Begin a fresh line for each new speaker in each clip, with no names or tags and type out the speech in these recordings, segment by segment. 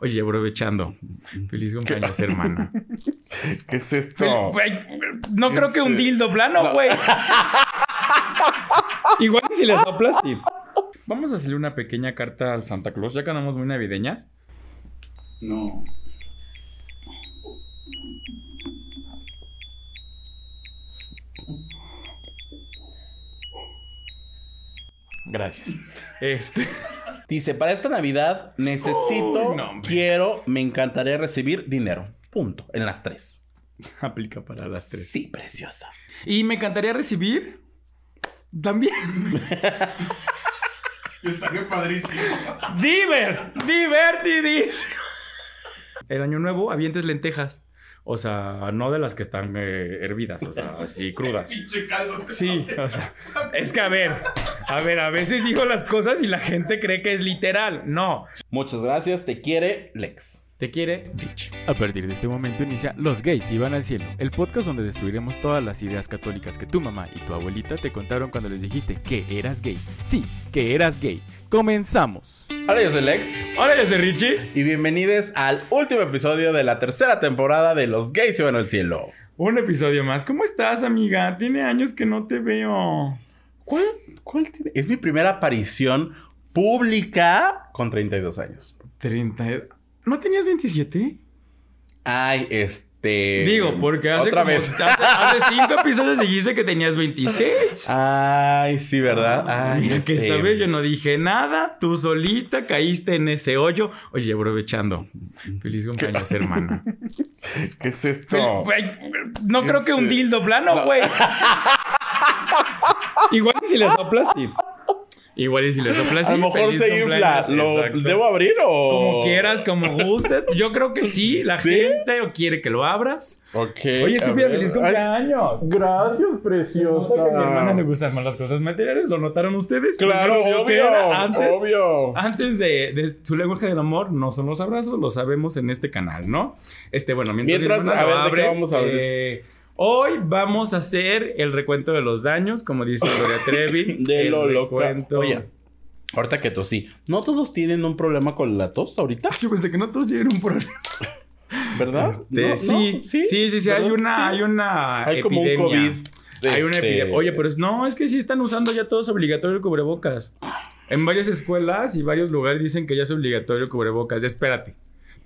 Oye, aprovechando. Feliz cumpleaños, hermano.
¿Qué es esto?
Fel- güey, no creo que un dildo plano, güey. Igual si le soplas, sí. Vamos a hacerle una pequeña carta al Santa Claus, ya que andamos muy navideñas.
No.
Gracias. Este.
Dice, para esta Navidad necesito,
Uy, no, hombre.
quiero, me encantaría recibir dinero. Punto. En las tres.
Aplica para las tres.
Sí, preciosa.
Y me encantaría recibir. También.
Está que padrísimo.
¡Diver! ¡Divertidísimo! El año nuevo, avientes lentejas. O sea, no de las que están eh, hervidas, o sea, así crudas.
Pinche caldo.
Sí, o sea, es que a ver, a ver, a veces digo las cosas y la gente cree que es literal. No.
Muchas gracias. Te quiere Lex.
Te quiere Rich. A partir de este momento inicia Los Gays Iban al Cielo, el podcast donde destruiremos todas las ideas católicas que tu mamá y tu abuelita te contaron cuando les dijiste que eras gay. Sí, que eras gay. Comenzamos.
Hola, yo soy Lex.
Hola, yo soy Richie.
Y bienvenidos al último episodio de la tercera temporada de Los Gays Iban al Cielo.
Un episodio más. ¿Cómo estás, amiga? Tiene años que no te veo.
¿Cuál, cuál tiene? Es mi primera aparición pública con 32 años.
30. ¿No tenías 27?
Ay, este...
Digo, porque hace
Otra
como-
vez.
hace- hace cinco episodios dijiste que tenías 26.
Ay, sí, ¿verdad? Ay,
Ah, Mira que esta
este,
vez yo no dije nada, tú solita caíste en ese hoyo. Oye, aprovechando. Feliz cumpleaños, hermano.
¿Qué es
Fel- pues,
esto?
güey, no creo que un
Este,
dildo plano, güey. Igual y si le soplas, sí. Igual y si le soplas,
A
sí,
lo mejor
feliz
se infla.
cumpleaños,
¿Lo
exacto.
debo abrir o...?
Como quieras, como gustes. Yo creo que sí, la
¿Sí?
gente o quiere que lo abras.
Ok.
Oye,
a
estúpida,
ver.
feliz
Ay,
cumpleaños.
Gracias,
Nota que a mi hermana le
preciosa.
gustan más las cosas materiales, lo notaron ustedes.
Claro,
Primero vio que
obvio,
era antes,
obvio.
antes de, de su lenguaje del amor, no son los abrazos, lo sabemos en este canal, ¿no? Este, bueno, mientras, mi
Mientras,
hermana
a
lo
ver, ¿de qué vamos a abrir?
eh, hoy vamos a hacer el recuento de los daños, como dice Gloria Trevi.
De
el
lo loco.
recuento-
Oye, ahorita que tosí. ¿No todos tienen un problema con la tos ahorita?
Yo pensé que no todos tienen un problema.
¿Verdad?
Este,
No, no,
sí, sí, sí, sí, hay
¿verdad?
una,
Sí.
hay una
Hay como un
epidemia.
COVID.
Hay una
este,
epidemia. Oye, pero es, no, es que sí están usando ya todos obligatorio el cubrebocas. En varias escuelas y varios lugares dicen que ya es obligatorio el cubrebocas. Espérate.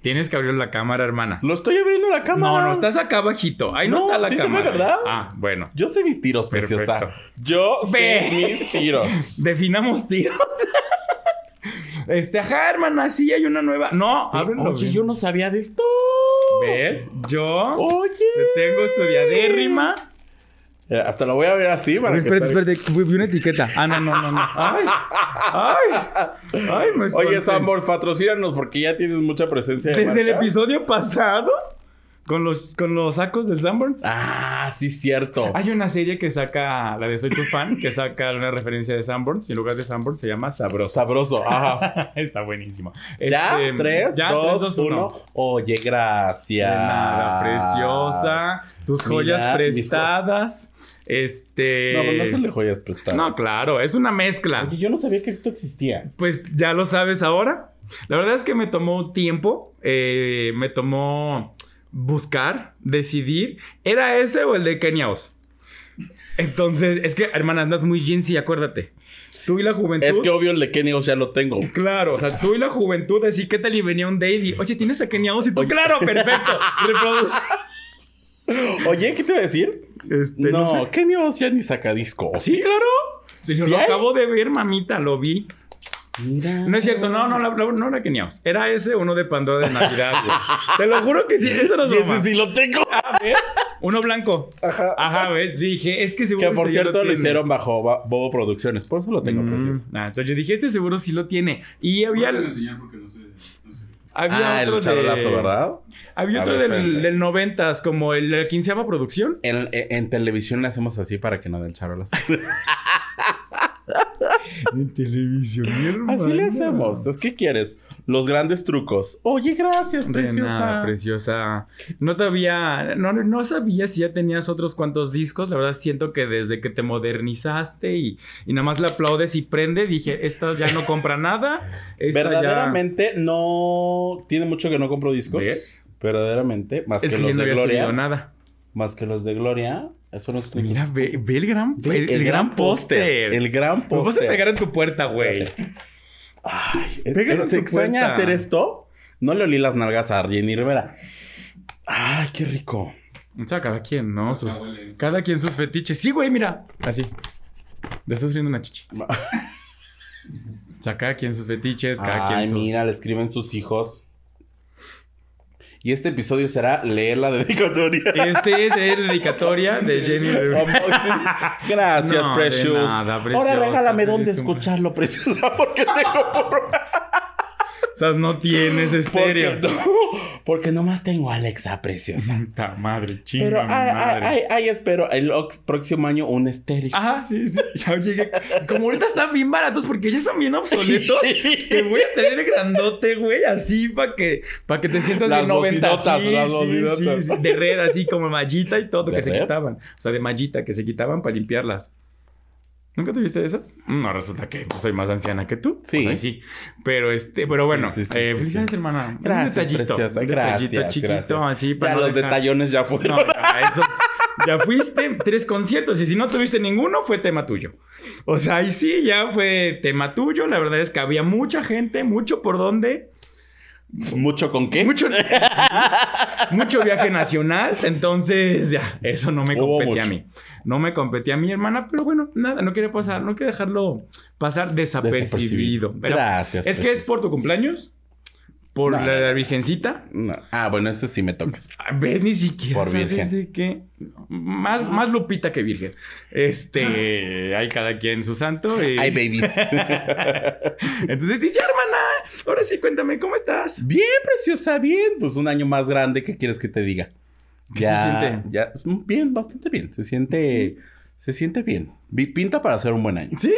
Tienes que abrir la cámara, hermana.
Lo estoy abriendo la cámara.
No, no estás acá abajito. Ahí no,
No,
está la
sí se ve,
cámara.
¿verdad?
Ah, bueno.
Yo sé mis tiros, preciosa.
Perfecto.
Yo sé
Ve.
mis tiros.
Definamos tiros. este, ajá, hermana, sí hay una nueva. No, ábrelo
Oye,
bien.
yo no Oh. sabía de esto.
¿Ves? Yo
Oye.
te tengo estudiadérrima.
Eh, Hasta lo voy a abrir así para
Pero
que
espérate,
salga.
espérate, que vi vi una etiqueta. Ah, no, no, no, no. Ay, ay, ay, me
Oye,
espanté.
Sambor, patrocínanos porque ya tienes mucha presencia. de
Desde el
marca.
episodio pasado, con los, con los sacos de Sanborns,
Ah, sí, cierto.
hay una serie que saca, la de Soy tu fan, que saca una referencia de Sanborns y en lugar de Sanborns se llama Sabrosa.
Sabroso. Ajá.
Está buenísimo.
Ya,
Este,
tres,
ya,
dos,
tres, dos,
uno. Oye,
De
gracias.
nada, preciosa. Tus
Mira,
joyas
mis jo-
prestadas. Este.
No, Eh. no se le joyas prestadas.
No, claro, es una mezcla.
Oye, yo no sabía que esto existía.
Pues ya lo sabes ahora. La verdad es que me tomó tiempo, eh, me tomó buscar, decidir. ¿Era ese o el de Kenia Oz? Entonces, es que, hermana, andas muy y acuérdate. Tú y la juventud.
Es que obvio el de Kenny Oz ya lo tengo.
Claro, o sea, tú y la juventud, así que te le venía un daddy. Oye, ¿tienes a Kenia Oz? Y tú, claro, perfecto. Reproduce.
Oye, ¿qué te iba a decir?
Este,
No,
no sé.
Kenny Oz ya ni saca disco.
Sí, claro. Sí, yo
¿Sí
lo
hay?
acabo de ver, mamita, lo vi.
Mira.
No es cierto, no, no, la- la- no era Keniaos. Era ese uno de Pandora de Navidad, güey. Te lo juro que sí, eso no es
Y
broma.
ese sí lo tengo.
Ah, ¿ves? Uno blanco.
Ajá.
Ajá, ¿ves? Dije, es que seguro
Que por
este ya
cierto lo
tiene.
hicieron bajo Ba- Bobo Producciones. Por eso lo tengo,
Mm,
precioso.
ah, entonces yo dije, este seguro sí lo tiene. Y había,
enseñar porque no sé. no sé.
había
ah,
otro
el charolazo,
de-
¿verdad?
Había
A
otro
ver,
del,
espérense.
del 90s, como el, la quinceava producción.
En, en- en televisión le hacemos así para que no dé el charolazo.
En televisión,
así le hacemos. Entonces, ¿Qué quieres? Los grandes trucos. Oye, gracias,
De
preciosa.
nada, preciosa. No te había. No, no sabía si ya tenías otros cuantos discos. La verdad, siento que desde que te modernizaste y, y nada más le aplaudes y prende, dije, esta ya no compra nada. esta ya-
Verdaderamente no tiene mucho que no compro discos.
¿Ves?
Verdaderamente, más
Es
que,
que, ya
los
no
de
había salido
Gloria,
nada.
más que los de Gloria, eso no es
Mira, ve, ve el gran, el, el gran póster.
El gran
Lo vas a
póster.
pegar en tu puerta, güey.
Ay, es-
Pégalo
es-
en
se
tu
extraña
puerta.
hacer esto. No le olí las nalgas a Jenny Rivera. Ay, qué rico.
O sea, cada quien, ¿no? Sus- cada quien sus fetiches. Sí, güey, mira. Así. Le estás viendo una chichi. O sea, cada quien sus fetiches, cada
Ay,
quien sus...
mira, le escriben sus hijos. Y este episodio será leer la dedicatoria.
Este es el dedicatoria de Jenny Rivera.
Unboxing. Gracias,
No, de
Precious.
nada,
Ahora
preciosa,
regálame dónde
feliz cumple-
escucharlo, Preciosa, porque tengo por-
O sea, no tienes
porque,
estéreo.
no, porque nomás tengo a Alexa, Preciosa.
Santa madre, chinga
Pero ah,
mi
ay, ay,
madre.
ay, ay, espero el ox- próximo año un estéreo.
Ajá, sí, sí. Ya llegué. Como ahorita están bien baratos porque ya están bien obsoletos. Te voy a traer el grandote, güey, así para que, pa' que te sientas
Las
de 90.
bocinotas,
sí,
las
sí,
bocinotas.
sí, sí, de red, así como mallita y todo
¿De
que se
red?
quitaban. O sea, de mallita que se quitaban para limpiarlas. ¿Nunca tuviste esas? No, resulta que pues, soy más anciana que tú.
Sí.
O sea, sí. Pero este, pero
Sí,
bueno,
sí, sí,
eh,
sí,
felicidades,
sí.
hermana.
Gracias,
un detallito,
preciosa.
un
Gracias.
detallito chiquito,
gracias.
así
Ya
para no
los
dejar-
detallones ya fueron.
no, ya, esos. Ya fuiste tres conciertos y si no tuviste ninguno fue tema tuyo. O sea, ahí sí, ya fue tema tuyo. La verdad es que había mucha gente, mucho por donde,
¿Mucho con qué?
mucho, mucho viaje nacional. Entonces, ya, eso no me
Hubo
competía a
mucho.
mí. No me competía a mi hermana, pero bueno, nada, no quería pasar, no quería dejarlo pasar desapercibido. Pero
Gracias.
es que es
preciosa.
por tu cumpleaños, por
No,
la,
no,
la virgencita.
No. Ah, bueno, eso sí me toca.
¿Ves? Ni siquiera
Por
sabes
virgen.
de qué. Más, más Lupita que virgen. Este, hay cada quien su santo. y-
Ah. Ay, babies.
Entonces, sí, ya, hermana. Ahora sí, cuéntame, ¿cómo estás?
bien, preciosa, bien. Pues un año más grande, ¿qué quieres que te diga?
¿Qué se siente?
Ya, bien, bastante bien. Se siente, se siente bien. Vi- Pinta para ser un buen año,
¿Sí?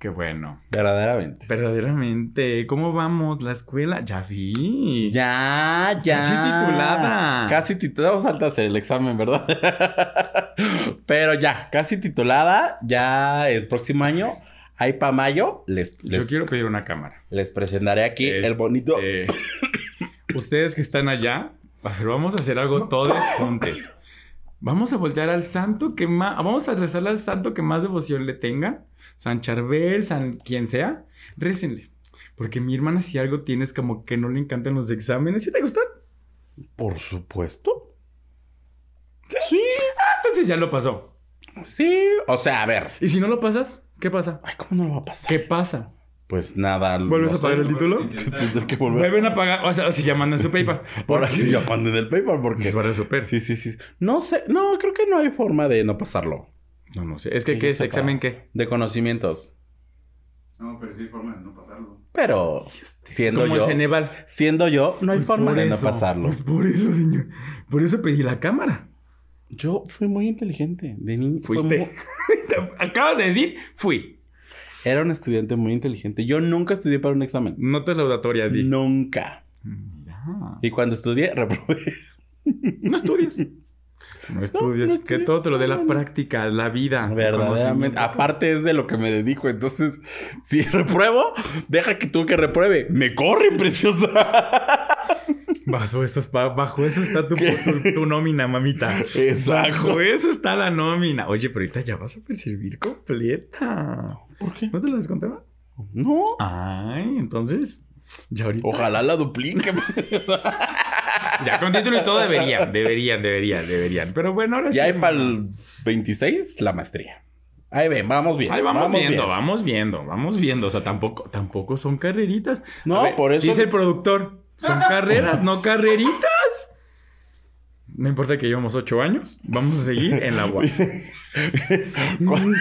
Qué bueno.
verdaderamente.
Verdaderamente, ¿cómo vamos? La escuela, ya vi.
Ya, ya.
Casi titulada.
Casi titulada. Vamos a falta hacer el examen, ¿verdad? Pero ya, casi titulada. Ya el próximo año, ahí para mayo, les,
Yo
les,
quiero pedir una cámara.
les presentaré aquí el
Este,
bonito.
Ustedes que están allá, a ver, vamos a hacer algo todos juntos. Vamos a voltear al santo que más, vamos a rezarle al santo que más devoción le tenga, San Charbel, San quien sea, récenle. Porque mi hermana, si algo tienes como que no le encantan los exámenes, ¿sí te gustan?
Por supuesto.
Sí. Ah, entonces ya lo pasó.
Sí. O sea, a ver.
Y si no lo pasas, ¿qué pasa?
Ay, ¿cómo no lo va a pasar?
¿Qué pasa?
Pues nada.
¿Vuelves
no
a pagar
sé.
el título?
Tendré que volver.
Vuelven a pagar, o sea, o si ya mandan su PayPal.
Ahora sí, ya mandé del PayPal porque.
Es para super.
Sí, sí, sí. No sé. No, creo que no hay forma de no pasarlo.
No, no sé. Es que, ¿qué es? ¿Examen qué?
De conocimientos.
No, pero sí hay forma de no pasarlo.
Pero siendo
Como
yo.
es en Eval.
Siendo yo, no hay
Pues
forma
por
de no
eso,
pasarlo.
pues por eso, señor. Por eso pedí la cámara.
Yo fui muy inteligente. De niño. fue muy-
Fuiste. Acabas de decir, fui.
Era un estudiante muy inteligente. Yo nunca estudié para un examen.
Notas laudatorias, di.
Nunca.
Mira.
Y cuando estudié, reprobé.
No estudias. No estudias.
no
que
estudié.
todo te lo de
No,
la
no.
práctica, la
Ah,
vida. el
Verdaderamente. Ah,
conocimiento.
Aparte es de lo que me dedico. Entonces, si repruebo, deja que tú que repruebe. Me corren, preciosa.
Bajo eso, es- bajo eso está tu,
¿Qué?
tu- tu nómina, mamita.
Exacto.
Bajo eso está la nómina. Oye, pero ahorita ya vas a percibir completa.
¿Por qué?
¿No te la descontaban?
No.
Ay, entonces. Ya ahorita.
Ojalá la dupliquen.
Ya con título y todo deberían, deberían, deberían, deberían. Pero bueno, ahora sí.
Ya hay para el 26 la maestría. Ahí ven, vamos bien.
Ahí vamos, viendo,
bien.
vamos viendo, vamos viendo. O sea, tampoco, tampoco son carreritas.
No,
A ver,
por eso-
Dice el productor, son carreras, no carreritas. No importa que llevamos ocho años, vamos a seguir en la UAP.
Cuando,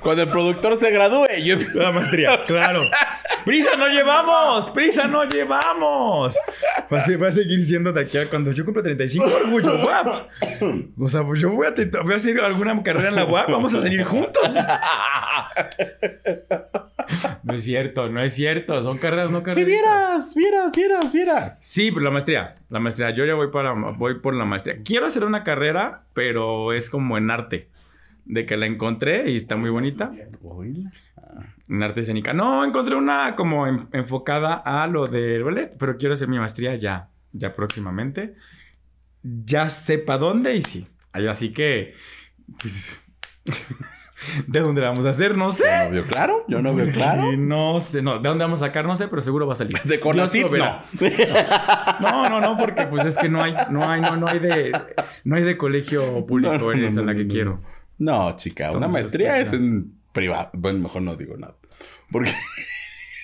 cuando el productor se gradúe, yo empiezo-
La maestría, claro. ¡Prisa no llevamos! ¡Prisa no llevamos! Va a, ser- va a seguir siendo de aquí a cuando yo cumpla 35 orgullo guap. O sea, pues yo voy a, tent- voy a hacer alguna carrera en la guap, vamos a salir juntos. No es cierto, no es cierto. Son carreras, no carreras.
Si vieras, vieras, vieras, vieras.
Sí, pero la maestría, la maestría. Yo ya voy, para, voy por la maestría. Quiero hacer una carrera, pero es como en arte. De que la encontré y está muy bonita.
Oíla.
En arte escénica. No, encontré una como en- enfocada a lo del ballet, pero quiero hacer mi maestría ya, ya próximamente. Ya sepa dónde y sí. Ay, Así que, pues, ¿de dónde la vamos a hacer? No sé.
Yo no veo claro, yo no veo claro.
Y No sé, no, ¿de dónde vamos a sacar? No sé, pero seguro va a salir.
De
Dios
conocit,
lo verá. No,
no.
no, no, porque pues es que no hay, no hay, no, no hay de, no hay de colegio público
No, no,
en esa
no,
la
no,
que
no.
quiero.
No, chica, una
Entonces,
maestría
pues,
es
no.
en privado. Bueno, mejor no digo nada. Porque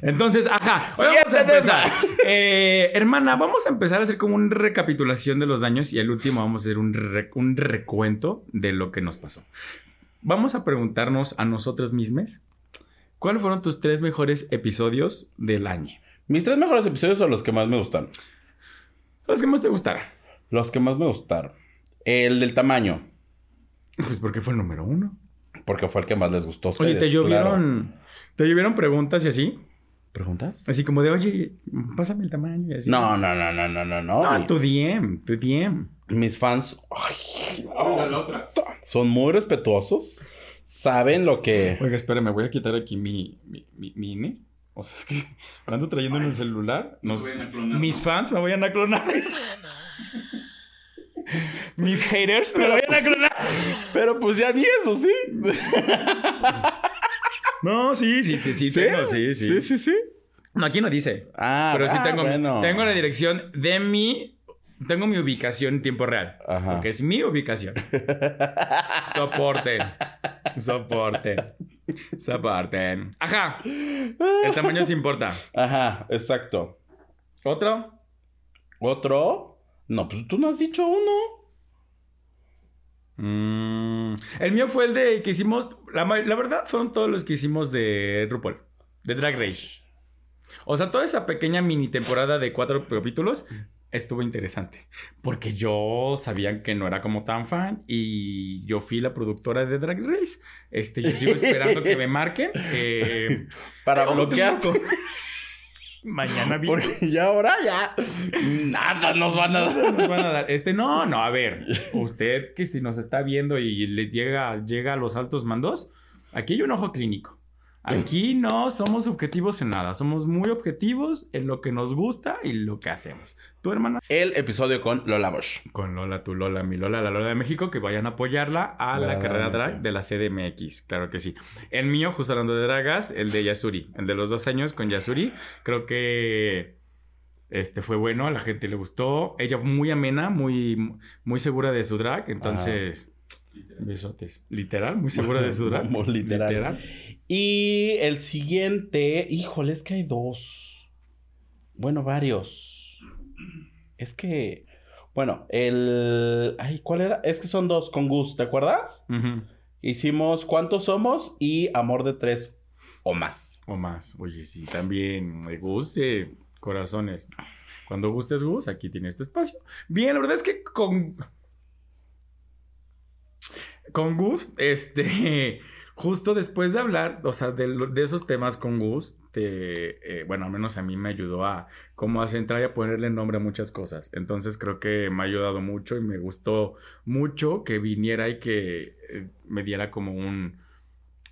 Entonces, ajá, hoy vamos a
Siguiente
empezar. Eh, hermana, vamos a empezar a hacer como una recapitulación de los daños y al último vamos a hacer un, re- un recuento de lo que nos pasó. Vamos a preguntarnos a nosotros mismos, ¿cuáles fueron tus tres mejores episodios del año?
mis tres mejores episodios son los que más me gustan.
Los que más te gustaron.
Los que más me gustaron. El del tamaño,
Pues porque fue el número uno.
porque fue el que más les gustó. a
Oye,
ustedes,
te
claro.
llovieron, te llovieron preguntas y así.
¿Preguntas?
Así como de, oye, pásame el tamaño y así.
No, no, no, no, no, no, no.
No, tu DM, tu DM.
Mis fans ay,
Mira la otra.
son muy respetuosos. Saben lo que.
Oiga, espérame, voy a quitar aquí mi, mi, mi, mi INE. O sea, es que ando trayendo en el celular.
No
Nos-
te vayan a clonar,
mis
¿no?
fans me vayan a clonar. mis haters me vayan a clonar.
Pero pues ya di eso, sí.
No, sí, sí, sí, sí, tengo, sí, sí.
sí, sí, sí.
No, aquí no dice.
Ah,
pero sí
ah,
tengo, mi-
bueno.
tengo la dirección de mi... Tengo mi ubicación en tiempo real.
Ajá.
Porque es mi ubicación. soporten. Soporten. Soporten. Ajá. El tamaño se importa.
Ajá, exacto.
¿Otro?
Otro. No, pues tú no has dicho uno.
Mm, el mío fue el de que hicimos. La, ma- la verdad, fueron todos los que hicimos de RuPaul, de Drag Race. O sea, toda esa pequeña mini temporada de cuatro capítulos estuvo interesante. Porque yo sabía que no era como tan fan y yo fui la productora de Drag Race. Este, yo sigo esperando que me marquen. eh,
Para
Eh, ojo,
bloquear.
mañana vi-
Porque ya ahora ya. Nada nos van a dar.
nos van a dar. Este, no, no, a ver. Usted que si nos está viendo y le llega, llega a los altos mandos, aquí hay un ojo clínico. Aquí no somos objetivos en nada, somos muy objetivos en lo que nos gusta y lo que hacemos. Tu hermana
El episodio con Lola Bosch.
con Lola, tu Lola, mi Lola, la Lola de México, que vayan a apoyarla a la
Verdaderamente.
carrera drag de la CDMX, claro que sí. El mío, justo hablando de dragas, el de Yasuri, el de los dos años con Yasuri, creo que este fue bueno, a la gente le gustó, ella fue muy amena, muy, muy segura de su drag, entonces, besotes, literal, muy segura de su drag.
Vamos, literal. Y el siguiente. Híjole, es que hay dos. Bueno, varios. Es que. Bueno, el. Ay, ¿cuál era? Es que son dos con Gus, ¿te acuerdas?
Ujú,
Hicimos ¿Cuántos somos? y Amor de tres o más.
O más, oye, sí, también, me guste, corazones. Cuando gustes, Gus, aquí tienes tu espacio. Bien, la verdad es que con. Con Gus, este. Justo después de hablar, o sea, de, lo- de esos temas con Gus, te, eh, bueno, al menos a mí me ayudó a como a centrar y a ponerle nombre a muchas cosas. Entonces creo que me ha ayudado mucho y me gustó mucho que viniera y que eh, me diera como un...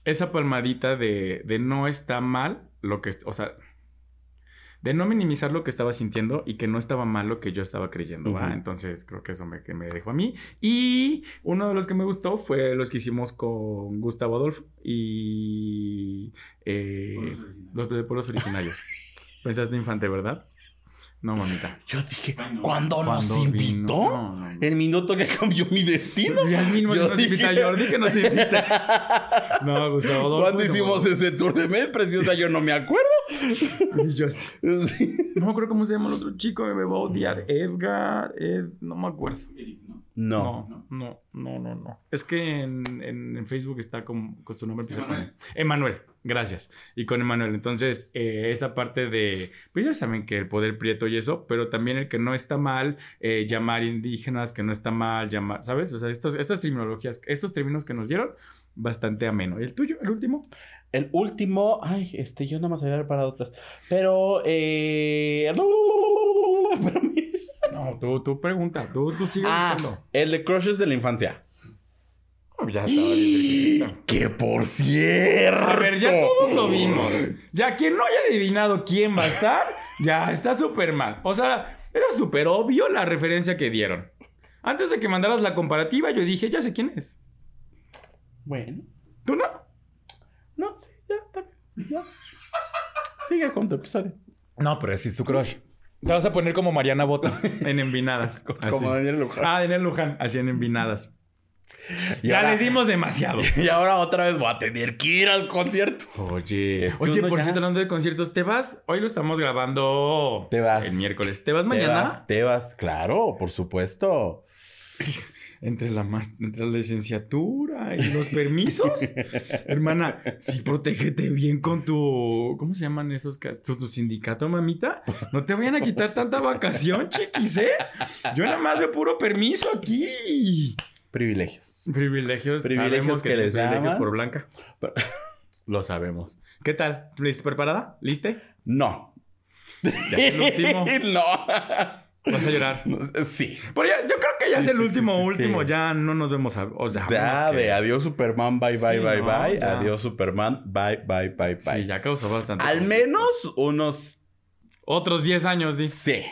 Esa palmadita de, de no está mal lo que... est- O sea, de no minimizar lo que estaba sintiendo y que no estaba mal lo que yo estaba creyendo. ¿va?
Ujú.
Entonces creo que eso me, que me dejó a mí. Y uno de los que me gustó fue los que hicimos con Gustavo Adolfo y... eh,
Por eso original.
los de pueblos originarios. Pensaste infante, ¿verdad? No, mamita.
Yo dije,
Ay, no.
¿cuándo, nos
Cuando vino-
invitó?
No, no, no.
El minuto que cambió mi destino.
Yasmín Moreno
Yo
nos
dije-
invita, Jordi que nos invita. No, Gustavo Adolfo.
¿Cuándo hicimos ese tour de mes, preciosa? Yo no me acuerdo.
Y yo así,
Sí.
No me acuerdo cómo se llama el otro chico, me va a odiar. Edgar, Ed, no me acuerdo.
Eric, ¿no?
No.
No, no, no, no, no. Es que en, en- en Facebook está con, con su nombre. empieza con-
Emanuel.
Emanuel, gracias. Y con Emanuel. Entonces, eh, esta parte de, pues ya saben que el poder prieto y eso, pero también el que no está mal eh, llamar indígenas, que no está mal llamar, ¿sabes? O sea, estos, estas terminologías, estos términos que nos dieron, bastante ameno. ¿El tuyo, el último?
El último. Ay, este, yo nada más había preparado otras. Pero. Eh... pero mira.
No, tú, tú pregunta, tú, tú sigue
Ah,
buscando.
el de crushes de la infancia.
Oh, ya estaba bien cerquita.
Que por cierto.
A ver, ya todos lo vimos. Ya quien no haya adivinado quién va a estar, ya está súper mal. O sea, era súper obvio la referencia que dieron. Antes de que mandaras la comparativa, yo dije, ya sé quién es.
Bueno,
¿Tú no?
no, sí, ya, está bien, ya. Sigue con tu episodio.
No, pero es tu crush. Te vas a poner como Mariana Botas en Envinadas. Así.
Como Daniel Luján.
Ah, Daniel Luján, así en Envinadas.
Y
ya
ahora-
les dimos demasiado.
Y ahora otra vez voy a tener que ir al concierto.
Oye,
Es que
oye,
uno
por
ya-
cierto, hablando de conciertos, ¿te vas? Hoy lo estamos grabando
Te vas.
el miércoles. ¿Te vas
Te
mañana?
vas, Te vas, claro, por supuesto.
Entre la, mas- entre la licenciatura y los permisos. Hermana, sí, protégete bien con tu. ¿Cómo se llaman esos? cas- Tu, tu sindicato, mamita. No te vayan a quitar tanta vacación, chiquis, ¿eh? Yo nada más veo puro permiso aquí.
Privilegios.
Privilegios.
Privilegios
sabemos que,
que
les
les
privilegios
llaman.
por Blanca.
Pero-
Lo sabemos. ¿Qué tal? ¿Listo? ¿Preparada? ¿Liste?
No.
Ya es el último. Ah,
no.
Vas a llorar.
Sí.
Pero ya, yo creo que ya es
Sí,
el
sí, sí,
último,
sí, sí.
último. Ya no nos vemos. a- o sea, a
Ya,
menos que-
ve, adiós Superman, bye, bye,
Sí,
bye,
no,
bye.
ya.
Adiós Superman, bye, bye, bye, bye.
Sí, ya causó bastante.
Al menos unos
Otros 10 años, dice.
sí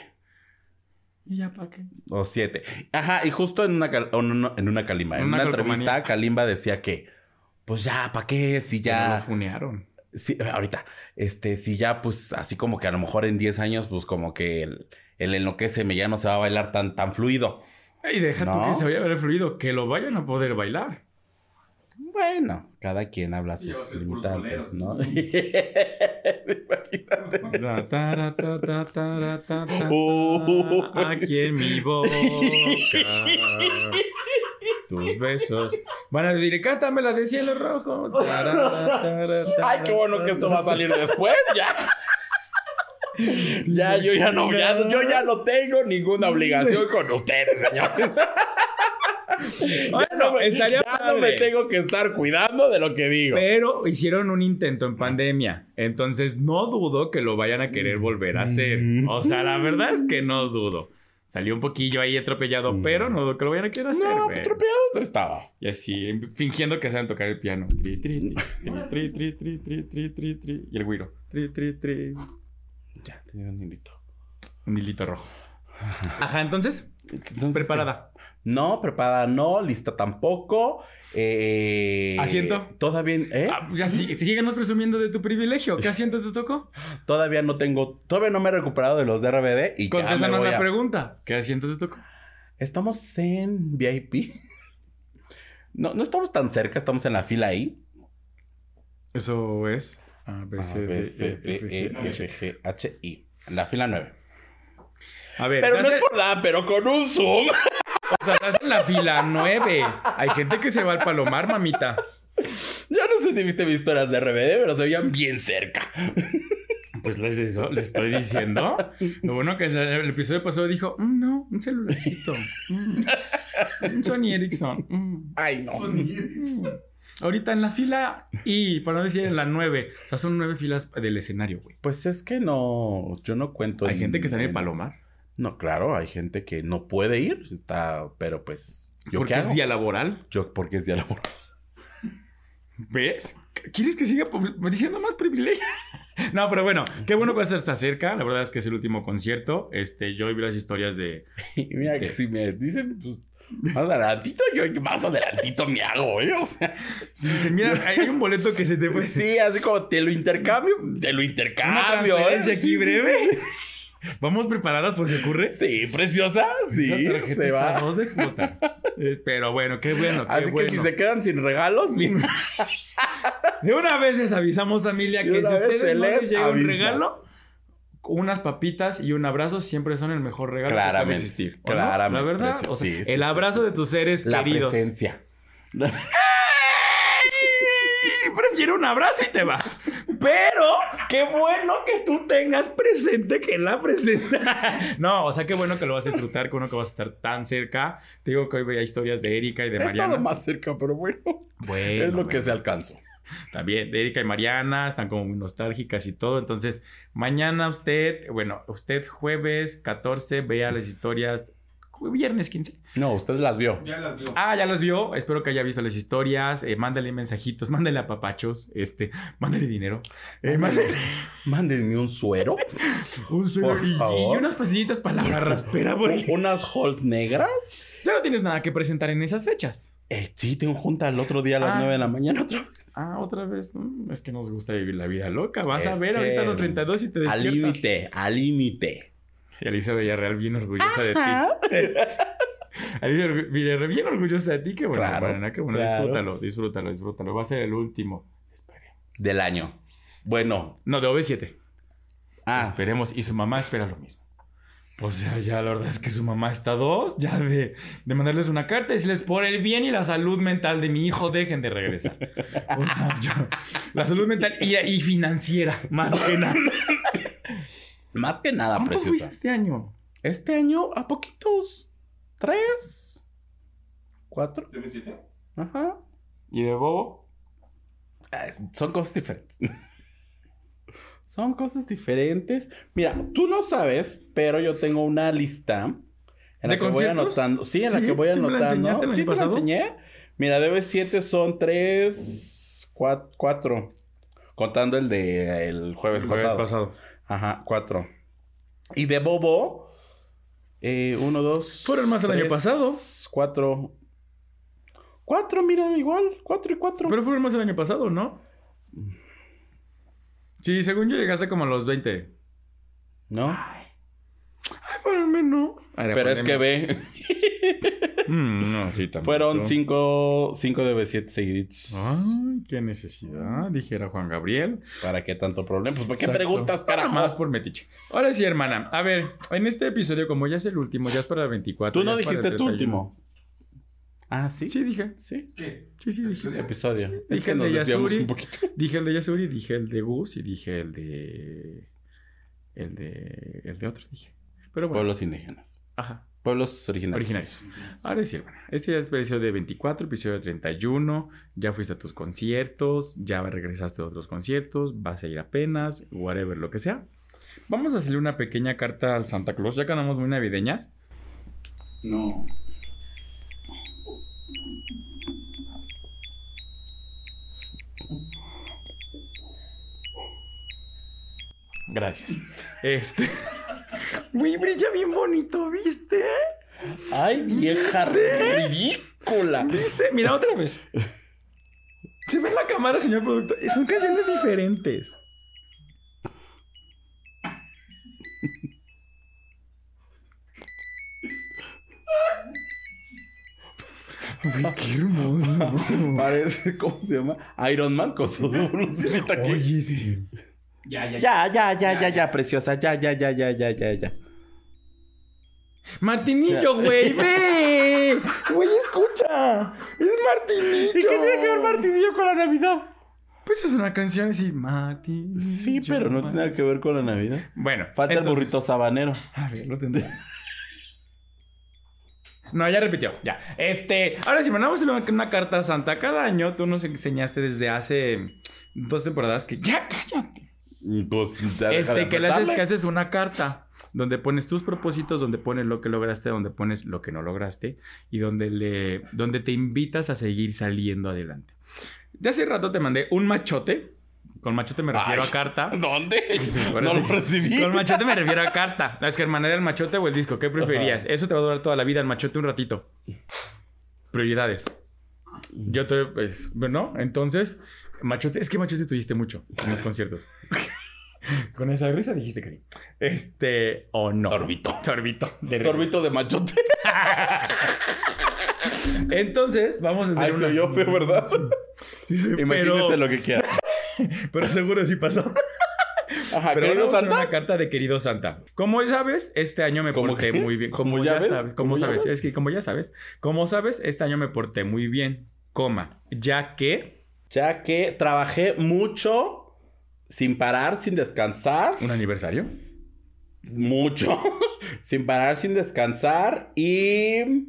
¿Y ya para qué?
o siete. Ajá, y justo en una, cal- o no, no, en una calima, en
Una
una,
calcomanía.
entrevista, Kalimba decía que, pues ya, ¿para qué? Si
Ya. Lo
ya,
funearon.
si- eh, ahorita, este, si ya, pues así como que a lo mejor en 10 años, pues como que el, el enloqueceme ya no se va a bailar tan, tan fluido.
Y deja tú
No.
que se vaya a ver el fluido, que lo vayan a poder bailar.
Bueno, cada quien habla
Y va a
sus
ser puros
limitantes,
boleros,
¿no?
Ta, ta, ra, ta, ta, ta, ra, ta, ta, ta.
Oh.
Aquí en mi boca. Tus besos. Van a decir, cántame la de cielo rojo. Ta, ra, ta, ta, ra, ta,
Ay, qué bueno que esto va a salir después, ya. Ya, yo ya no, ya, yo ya no tengo ninguna obligación con ustedes, señores.
Bueno, estaría
ya no me
padre.
tengo que estar cuidando de lo que digo.
Pero hicieron un intento en pandemia. Entonces no dudo que lo vayan a
Mm.
querer volver a hacer. O sea, la verdad es que no dudo. Salió un poquillo ahí atropellado, pero no dudo que lo vayan a querer hacer.
Mm. No,
güey.
atropellado no estaba.
Y así, fingiendo que saben tocar el piano. Tri, tri, tri, tri, tri, tri, tri, tri, tri, tri. Y el güiro. Tri, tri, tri.
Ya, tenía un hilito.
Un hilito rojo. Ajá, entonces, este,
Entonces,
preparada.
No, preparada no, lista tampoco. Eh,
¿Asiento?
Todavía, ¿eh?
Ah, ya sí, síguenos presumiendo de tu privilegio. ¿Qué asiento te tocó?
Todavía no tengo, todavía no me he recuperado de los de RBD y ya me
Contestanos
voy
la
a-
pregunta. ¿Qué asiento te tocó?
Estamos en VIP. No, no estamos tan cerca, estamos en la fila ahí.
Eso es. A, B, C, D, E, F, G, H.
H-I. La fila 9.
A ver,
Pero
se,
no
hace-
es por nada, pero con un zoom.
o sea, se hace en la fila 9. Hay gente que se va al palomar, mamita.
Yo no sé si viste mis historias de RBD, pero se veían bien cerca.
Pues les, des- les estoy diciendo. Lo bueno que el episodio pasado dijo: "Mm, no, un celularcito. mm, un Sony Ericsson. mm,
Ay, no.
mm". Ahorita en la fila y para no decir en la 9. O sea, son nueve filas del escenario, güey.
Pues es que no, yo no cuento.
Hay gente que está en el palomar.
No, claro, hay gente que no puede ir. Está, pero pues. ¿Yo
Porque
qué
es
hago?
día laboral.
Yo, porque es día laboral.
¿Ves? ¿Quieres que siga po- diciendo más privilegio? No, pero bueno, qué bueno que estar cerca. La verdad es que es el último concierto. Este, yo vi las historias de.
Y mira que
Ok.
si me dicen, pues. Más adelantito, yo más adelantito me hago, ¿eh? O sea,
Sí, dice, mira, hay hay un boleto que se te fue.
pues sí, así como te lo intercambio, te lo
Una
intercambio. ¿eh?
transferencia aquí
Sí,
breve. Vamos preparadas por si ocurre.
Sí, preciosa, sí,
Esa tarjeta
se
está a
va.
dos de explotar. Eh, Pero bueno, qué bueno, qué
Así
bueno.
que si se quedan sin regalos, bien.
De una vez les avisamos, familia,
De
que si
una vez
ustedes
se
no les
les
llega un
avisa.
regalo, unas papitas y un abrazo siempre son el mejor regalo que puede
Claramente,
existir. ¿o no?
claramente,
La verdad,
precio-
o sea,
sí, sí,
el
sí,
abrazo
sí,
de tus seres
La
queridos.
presencia.
¡Ey! Prefiero un abrazo y te vas. Pero qué bueno que tú tengas presente que la presenta. No, o sea, qué bueno que lo vas a disfrutar, que uno que vas a estar tan cerca. Te digo que hoy veía historias de Erika y de
He estado
Mariana.
más cerca, pero bueno.
Bueno,
Es lo
bueno.
que se alcanzó.
También, de Erika y Mariana están como muy nostálgicas y todo. Entonces, mañana usted, bueno, usted jueves 14, vea las historias. Viernes 15.
No, usted las vio.
Ya las vio.
Ah, ya las vio. Espero que haya visto las historias. Eh, mándale mensajitos, mándale a papachos. Este, mándale dinero. Eh, mándale
Mándenme un suero.
un suero
Por
y, y
favor.
unas pastillitas para la barraspera, porque
unas halls negras.
ya no tienes nada que presentar en esas fechas.
Eh, sí, tengo junta el otro día a las
Ah.
9 de la mañana otra vez.
Ah, otra vez. mm, Es que nos gusta vivir la vida loca. Vas a
Es
ver
que-
ahorita a los 32 y te despiertas.
Al límite, al límite.
Y Alicia Villarreal bien orgullosa de ti. Alicia Orgu- Villarreal bien orgullosa de ti. Qué bueno,
Claro,
Mariana, qué bueno.
claro.
Disfrútalo, disfrútalo, disfrútalo. Va a ser el último. Espere.
Del año. Bueno.
No, de OV7.
Ah,
Esperemos. Y su mamá espera lo mismo. O sea, ya la verdad es que su mamá está a dos, ya de, de mandarles una carta y decirles por el bien y la salud mental de mi hijo, dejen de regresar. O sea, yo- la salud mental y, y financiera, más que nada.
más que nada,
¿Cuántos fuiste
preciosa.
este año?
Este año, a poquitos. Tres. Cuatro.
¿Tienes siete?
Ajá.
¿Y de bobo?
Ah, es- Son cosas diferentes. Son cosas diferentes. Mira, tú no sabes, pero yo tengo una lista en la
¿De
que voy
conciertos?
anotando. Sí, en la
Sí,
que voy
sí me la
anotando.
enseñaste el
sí,
año
te la
pasado.
enseñé. Mira, de 7 son 3, 4. Contando el de el jueves,
El jueves
pasado.
pasado.
Ajá, 4. Y de Bobo, eh, 1, 2.
Fueron más el año pasado.
4. 4, mira, igual. 4 y 4.
Pero fueron más el año pasado, ¿no? Sí, según yo llegaste como a los 20.
¿No?
Ay, fueron menos. Ay, la
Pero es que
Ah, pandemia.
ve,
Mm, no, sí, también.
fueron cinco, cinco de B7 seguiditos.
Ay, qué necesidad, dijera Juan Gabriel.
¿Para qué tanto problema? Pues, ¿para qué
Exacto.
preguntas,
Más
carajo?
por metiche. Ahora sí, hermana. A ver, en este episodio, como ya es el último, ya es para el 24.
Tú no
ya es para el
dijiste tu
31.
último. Ah, ¿sí?
Sí, dije.
Sí.
¿Qué?
Sí, sí, dije.
Episodio. es
dije
que
el
nos
de
desviamos
Yasuri.
un poquito.
Dije el de Yasuri, dije el de Gus y dije el de. El de. El de otro, dije. Pero bueno.
Pueblos indígenas.
Ajá.
Pueblos originarios.
Originarios. Ahora sí, hermana. Este ya es episodio de 24, episodio 31. Ya fuiste a tus conciertos, ya regresaste a otros conciertos, vas a ir apenas, whatever, lo que sea. Vamos a hacerle una pequeña carta al Santa Claus, ya que andamos muy navideñas.
No.
Gracias. Este. Güey, brilla bien bonito, ¿viste?
Ay, vieja ridícula.
¿Viste? Mira otra vez. Se ve en la cámara, señor productor. Son canciones diferentes. Uy, qué hermoso.
Parece, ¿cómo se llama? Iron Man con su blusinita aquí.
Oye, sí.
Ya, ya,
Ya, ya, ya, ya, ya, preciosa. Ya, ya, ya, ya, ya, ya, ya.
Martinillo, güey, ve. Güey, escucha. Es Martinillo.
martillo con la Navidad?
Pues es una canción así, Martinillo.
Sí, pero no tiene nada que ver con la Navidad.
Bueno,
Falta el
Mm, entonces-
burrito sabanero.
A ver, lo tendré. No, ya repitió, ya. Este, ahora si mandamos una, una carta a Santa cada año, tú nos enseñaste desde hace dos temporadas que ya cállate.
Pues, ya deja de
Este, que le haces
apretarle.
que haces una carta donde pones tus propósitos, donde pones lo que lograste, donde pones lo que no lograste y donde le donde te invitas a seguir saliendo adelante. Ya hace rato te mandé un machote. Con machote me refiero
Ay.
a carta.
¿Dónde?
Pues Sí, por
no
eso.
lo recibí.
Con machote me refiero a carta. No, Es que hermana era el machote o el disco. ¿Qué preferías? Eso te va a durar toda la vida, el machote un ratito. Prioridades. Yo te. Pues, bueno, entonces, machote. Es que machote tuviste mucho en los conciertos. Con esa risa dijiste que sí. Este. O no.
Sorbito.
Sorbito. de risa.
Sorbito de machote.
Entonces, vamos a hacer
Ay,
una.
se oyó feo, ¿verdad?
Sí, sí,
Imagínese
pero-
lo que quiera.
Pero seguro sí pasó.
Ajá,
Pero
querido
vamos a hacer
Santa.
una carta de querido Santa. Como ya sabes, este año me
¿Cómo
porté
qué?
muy bien.
¿Cómo
Como
ya
ya,
ves?
sabes,
¿Cómo
como
ya
sabes,
ves?
es que como ya sabes, como sabes, este año me porté muy bien, coma, ya que
Ya que trabajé mucho, sin parar, sin descansar.
un aniversario.
Mucho. sin parar, sin descansar. Y.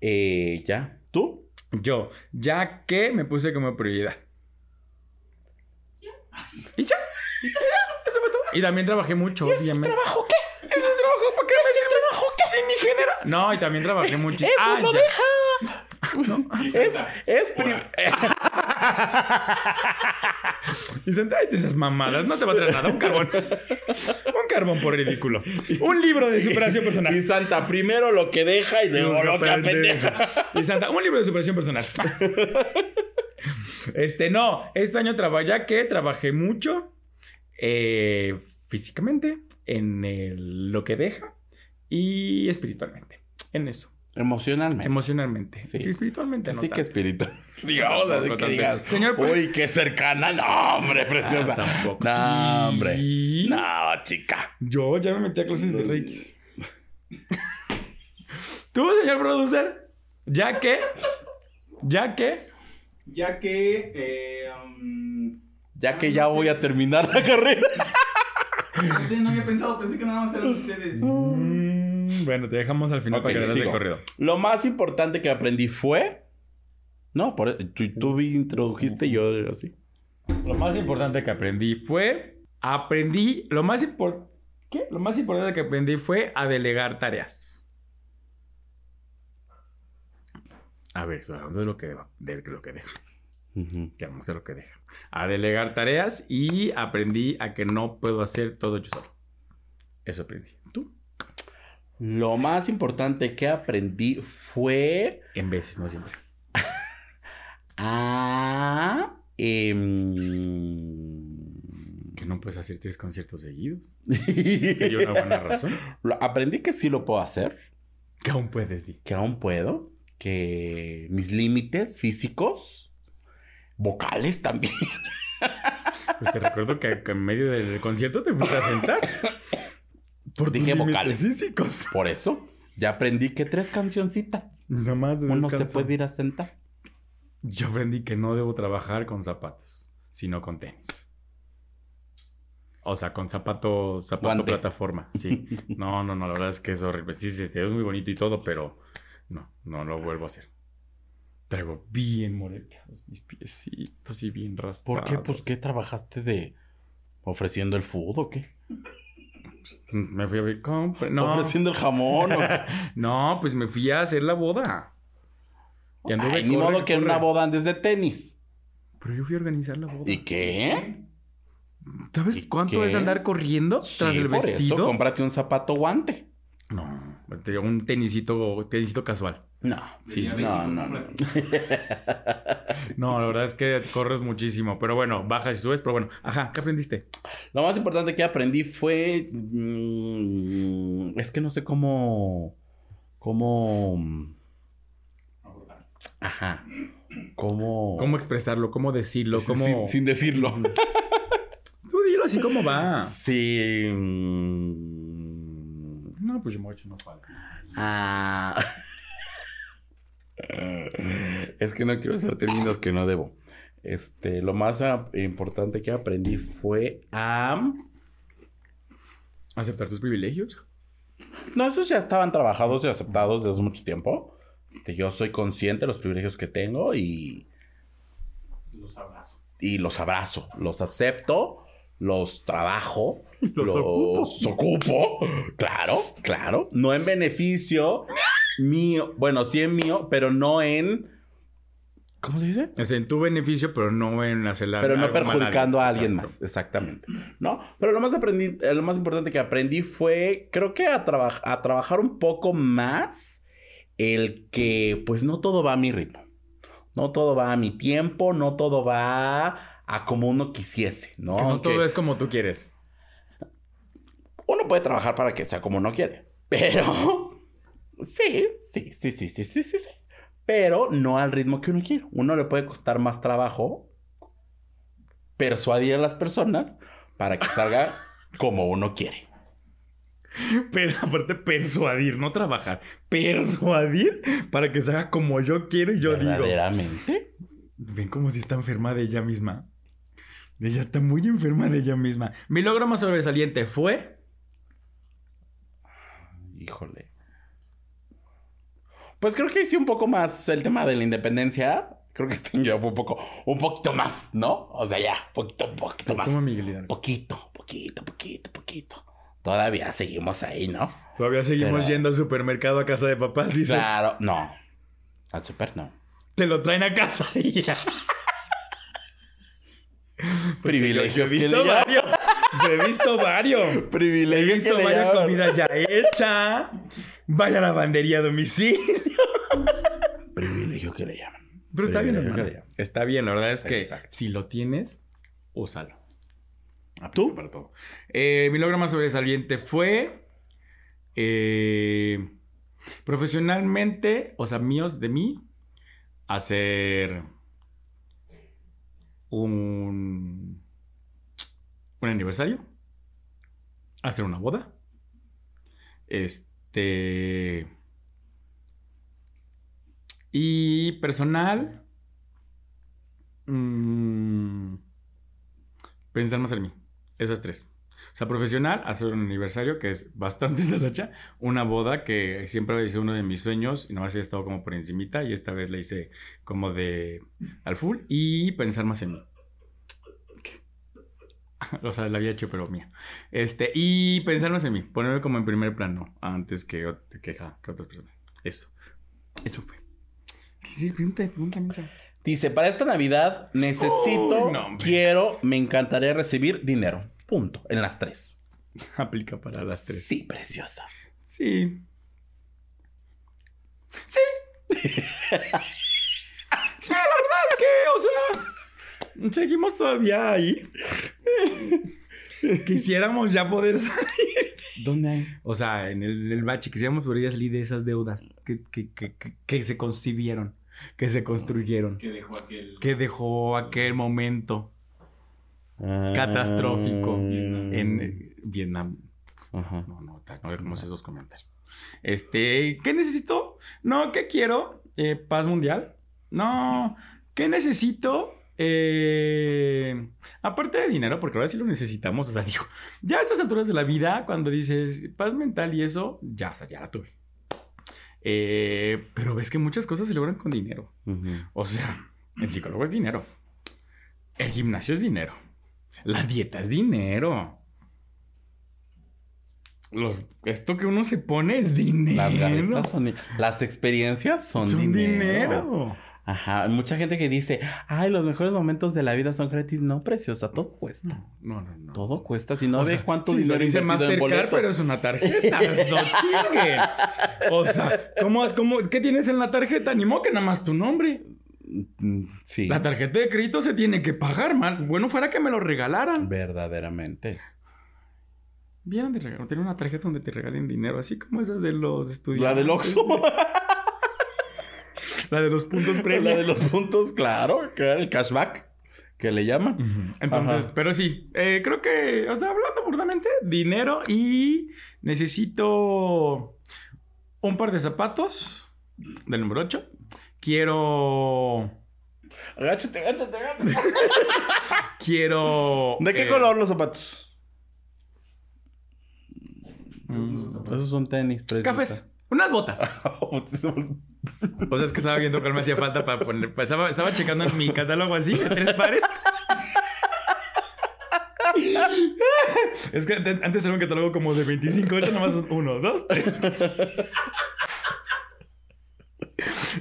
eh, ya. ¿Tú?
Yo, ya que me puse como prioridad. Y ya. Y ya, eso fue todo. Y también trabajé mucho, obviamente.
¿Trabajo qué?
¿Eso es trabajo? ¿Para qué me sirve? trabajo? ¿Qué es mi género? No, y también trabajé muchísimo.
¡Eso no
Ah, ya.
deja!
Y
Es,
Santa,
es prim-
ahora,
Y sentadete esas mamadas, no te va a traer nada. Un carbón. Un carbón por ridículo. Un libro de superación personal.
Y Santa, primero lo que deja y luego lo que apendeja.
Y Santa, un libro de superación personal. Este, no, este año trabajé, ya que trabajé mucho eh, físicamente, en el- lo que deja y espiritualmente. En eso,
Emocionalmente.
emocionalmente.
Sí.
Sí, espiritualmente. no
Así que
tanto.
espíritu. Digamos, así que
Tampoco
digas.
tanto. Señor, pues- Ah,
Uy, qué cercana. No, hombre, preciosa.
tampoco.
No,
Sí.
hombre. No, chica.
Yo ya me metí a clases de Reiki. Tú, señor producer, ya que, ya que,
Ya que. eh, um,
Ya
Ah,
que ya voy a terminar la carrera.
no sé, no había pensado. Pensé que nada más eran ustedes.
Mm, bueno, te dejamos al final
Ok,
para que le des de
sigo.
corrido.
Lo más importante que aprendí fue. No, por e, tú, tú introdujiste y yo yo así.
Lo más importante que aprendí fue, aprendí, lo más importante, ¿qué? Lo más importante que aprendí fue a delegar tareas. A ver, estoy hablando de lo que, de lo que deja,
Ujú.
que vamos de lo que deja. A delegar tareas y aprendí a que no puedo hacer todo yo solo. Eso aprendí. Tú,
Lo más importante que aprendí fue
en veces, no siempre.
a. em,
Que no puedes hacer tres conciertos seguidos. Que hay una buena razón.
Lo- aprendí que sí lo puedo hacer,
Que aún puedes, di.
que aún puedo, que mis límites físicos, vocales también.
Pues te recuerdo que, que en medio del concierto te fuiste a sentar. Por
Dije
límites
vocales.
físicos.
Por eso ya aprendí que tres cancioncitas.
Nada más de
Uno se
descanso.
puede ir a sentar.
Yo aprendí que no debo trabajar con zapatos, sino con tenis. O sea, con zapato, zapato
Guante.
plataforma, sí. No, no, no, la verdad es que es horrible. Sí, sí, sí, es muy bonito y todo, pero no, no lo vuelvo a hacer. Traigo bien moreteados mis piecitos y bien raspados.
¿Por qué? Pues, ¿qué trabajaste de ofreciendo el food o qué?
Me fui a ver, compra. No.
¿Ofreciendo el jamón o qué?
no, pues me fui a hacer la boda. Y anduve,
Ay, ni
corre,
modo que en
corre.
una boda andes de tenis.
Pero yo fui a organizar la boda.
¿Y qué?
¿Eh? ¿Sabes
¿Y
cuánto
qué?
es andar corriendo tras
Sí,
el
por
vestido?
eso, cómprate un zapato guante.
No, te digo, un tenisito, tenisito casual.
No.
Sí,
Ya ven,
No, no, no.
cómprate.
No, la verdad es que corres muchísimo. Pero bueno, bajas y subes, pero bueno. Ajá, ¿qué aprendiste?
Lo más importante que aprendí fue. mm, es que no sé cómo. Cómo. Ajá. Cómo.
¿Cómo expresarlo? ¿Cómo decirlo?
sin-
¿Cómo...?
Sin, sin decirlo. Ah.
Tú dilo así como va.
Sí. mm,
No, pues yo me he hecho unos falta.
ah. es que no quiero hacer términos que no debo. Este, lo más ah, importante que aprendí fue a.
¿Aceptar tus privilegios?
No, esos ya estaban trabajados y aceptados desde hace mucho tiempo. Este, yo soy consciente de los privilegios que tengo y,
Los abrazo.
y los abrazo, los acepto, los trabajo,
Los ocupo.
ocupo. Claro, claro. No en beneficio mío, bueno, sí en mío, pero no en... ¿Cómo se dice?
Es en tu beneficio, pero no en hacer la-
Pero no
algo mal
perjudicando a alguien
Exacto.
más, exactamente. ¿No? Pero lo más aprendí, eh, lo más importante que aprendí fue, creo que a, traba- a trabajar un poco más el que, pues no todo va a mi ritmo, no todo va a mi tiempo, no todo va a como uno quisiese, ¿no?
Que no
Que
todo es como tú quieres.
Uno puede trabajar para que sea como uno quiere, pero sí, sí, sí, sí, sí, sí, sí, sí. Pero no al ritmo que uno quiere. Uno le puede costar más trabajo persuadir a las personas para que salga como uno quiere.
Pero aparte, persuadir, no trabajar. Persuadir para que se haga como yo quiero y yo digo.
Verdaderamente.
Ven como si está enferma de ella misma. Ella está muy enferma de ella misma. Mi logro más sobresaliente fue.
Híjole. Pues creo que hice un poco más el tema de la independencia. Creo que este ya fue un poco, un poquito más, ¿no? O sea, ya, poquito, un poquito más.
Toma, Miguel Hidalgo.
Poquito, poquito, poquito, poquito. Todavía seguimos ahí, ¿no?
Todavía seguimos
Pero-
yendo al supermercado a casa de papás. Dices,
Claro, no. Al super no.
te lo traen a casa y ya. Yo
Privilegios
he
que le
visto
llaman.
varios. Yo he visto varios. He
Privilegios que
visto
le
varias
llaman.
comida ya hecha. Vaya lavandería a domicilio.
Privilegio que le llaman.
Pero está bien,
Privilegio que
hermano.
le llaman.
Está bien, la verdad es que
Exacto.
si lo tienes, úsalo.
¿Tú?
Para todo. Eh, mi logro más sobresaliente fue. eh, profesionalmente, o sea, míos de mí, hacer un. un aniversario. Hacer una boda. Este. Y personal. mm, pensar más en mí. Eso es tres. O sea, profesional, hacer un aniversario que es bastante de racha. Una boda que siempre hice uno de mis sueños y nomás había estado como por encimita y esta vez la hice como de al full y pensar más en mí. O sea, la había hecho, pero mía. Este, y pensar más en mí, ponerme como en primer plano antes que, ot- que, ja, que otras personas. Eso. Eso fue. Sí, pregunta, pregunta, pregunta.
Dice, para esta Navidad necesito,
Uy, no, hombre.
quiero, me encantaría recibir dinero. Punto. En las tres.
Aplica para las tres.
Sí, preciosa.
Sí. Sí. sí, la verdad es que, o sea, seguimos todavía ahí. Quisiéramos ya poder salir.
¿Dónde hay?
O sea, en el, el bache, quisiéramos poder ya salir de esas deudas que, que- que- que- que se concibieron, que se construyeron,
Que dejó aquel.
que dejó aquel momento
Ah,
Catastrófico. en eh, Vietnam.
Ajá.
No, no, ta- no dejemos esos comentarios. Este, ¿qué necesito? No, ¿qué quiero? Eh, paz mundial. No, ¿qué necesito? Eh, aparte de dinero, porque ahora sí lo necesitamos. O sea, digo, ya a estas alturas de la vida, cuando dices paz mental y eso, ya, o sea, ya la tuve. Eh, pero ves que muchas cosas se logran con dinero. O sea, el psicólogo es dinero. El gimnasio es dinero. La dieta es dinero. Los, esto que uno se pone es dinero.
Las garritas son... di- Las experiencias son,
Son
dinero.
dinero.
Ajá. Hay mucha gente que dice, ay, los mejores momentos de la vida son gratis. No, preciosa, todo cuesta.
No, no, no.
Todo cuesta. Si no,
O
ve
sea,
cuánto
sí,
dinero
lo dice
invertido en
Mastercard,
boletos.
pero es una tarjeta. Pues, no chinguen. O sea, ¿cómo, has- cómo, ¿qué tienes en la tarjeta? Ni modo que nada más tu nombre.
Mm, Sí.
La tarjeta de crédito se tiene que pagar, man. Bueno, fuera que me lo regalaran.
Verdaderamente.
Vieron de regalar, tener una tarjeta donde te regalen dinero, así como esas de los estudiantes.
La del Oxxo.
La de los puntos
Pero
premios.
la de los puntos, claro, que era el cashback que le llaman.
Ujú. Entonces,
Ajá.
pero sí, eh, creo que, o sea, hablando burdamente, dinero y necesito un par de zapatos del número 8. Quiero,
Agáchate, agáchate, agáchate.
quiero...
¿De qué
eh,
color los zapatos?
mm,
Esos son tenis, Oh, preciosa.
Cafés. Unas botas. O sea, es que estaba viendo cuál me hacía falta para poner. pues, Estaba, estaba checando en mi catálogo así, de tres pares. Es que ante- antes era un catálogo como de 25, ahorita nomás son uno, dos, tres.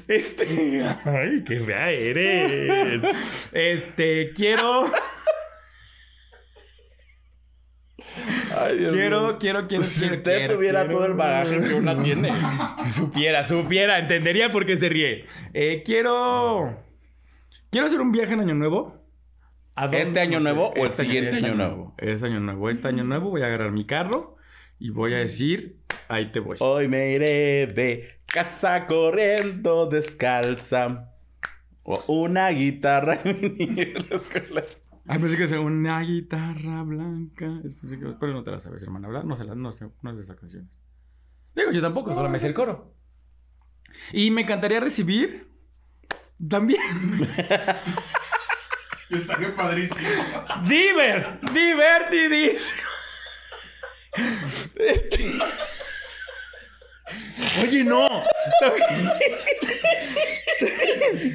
Este. Ay, qué fea eres. Este, quiero,
Ay, Dios
quiero,
mío. Pues
quiero, quiero.
Si
quiero,
usted
quiero,
tuviera
quiero.
todo el bagaje que una tiene.
Supiera, supiera, entendería por qué se ríe. Eh, quiero. Quiero hacer un viaje en Año Nuevo. ¿A dónde?
¿Este año nuevo o el siguiente
este
año nuevo?
Este año nuevo. Este año nuevo voy a agarrar mi carro y voy a decir: Ahí te voy.
Hoy me iré de casa corriendo descalza. O una guitarra en mi escuela.
Ay, pensé que es una guitarra blanca. Es pensé que- Pero no te la sabes, hermana, hablar. No sé, la- no sé, no sé esas canciones. Digo, yo tampoco, solo me sé el coro. Y me encantaría recibir. También.
Estaría padrísimo.
¡Diver! ¡Divertidísimo! Oye, no.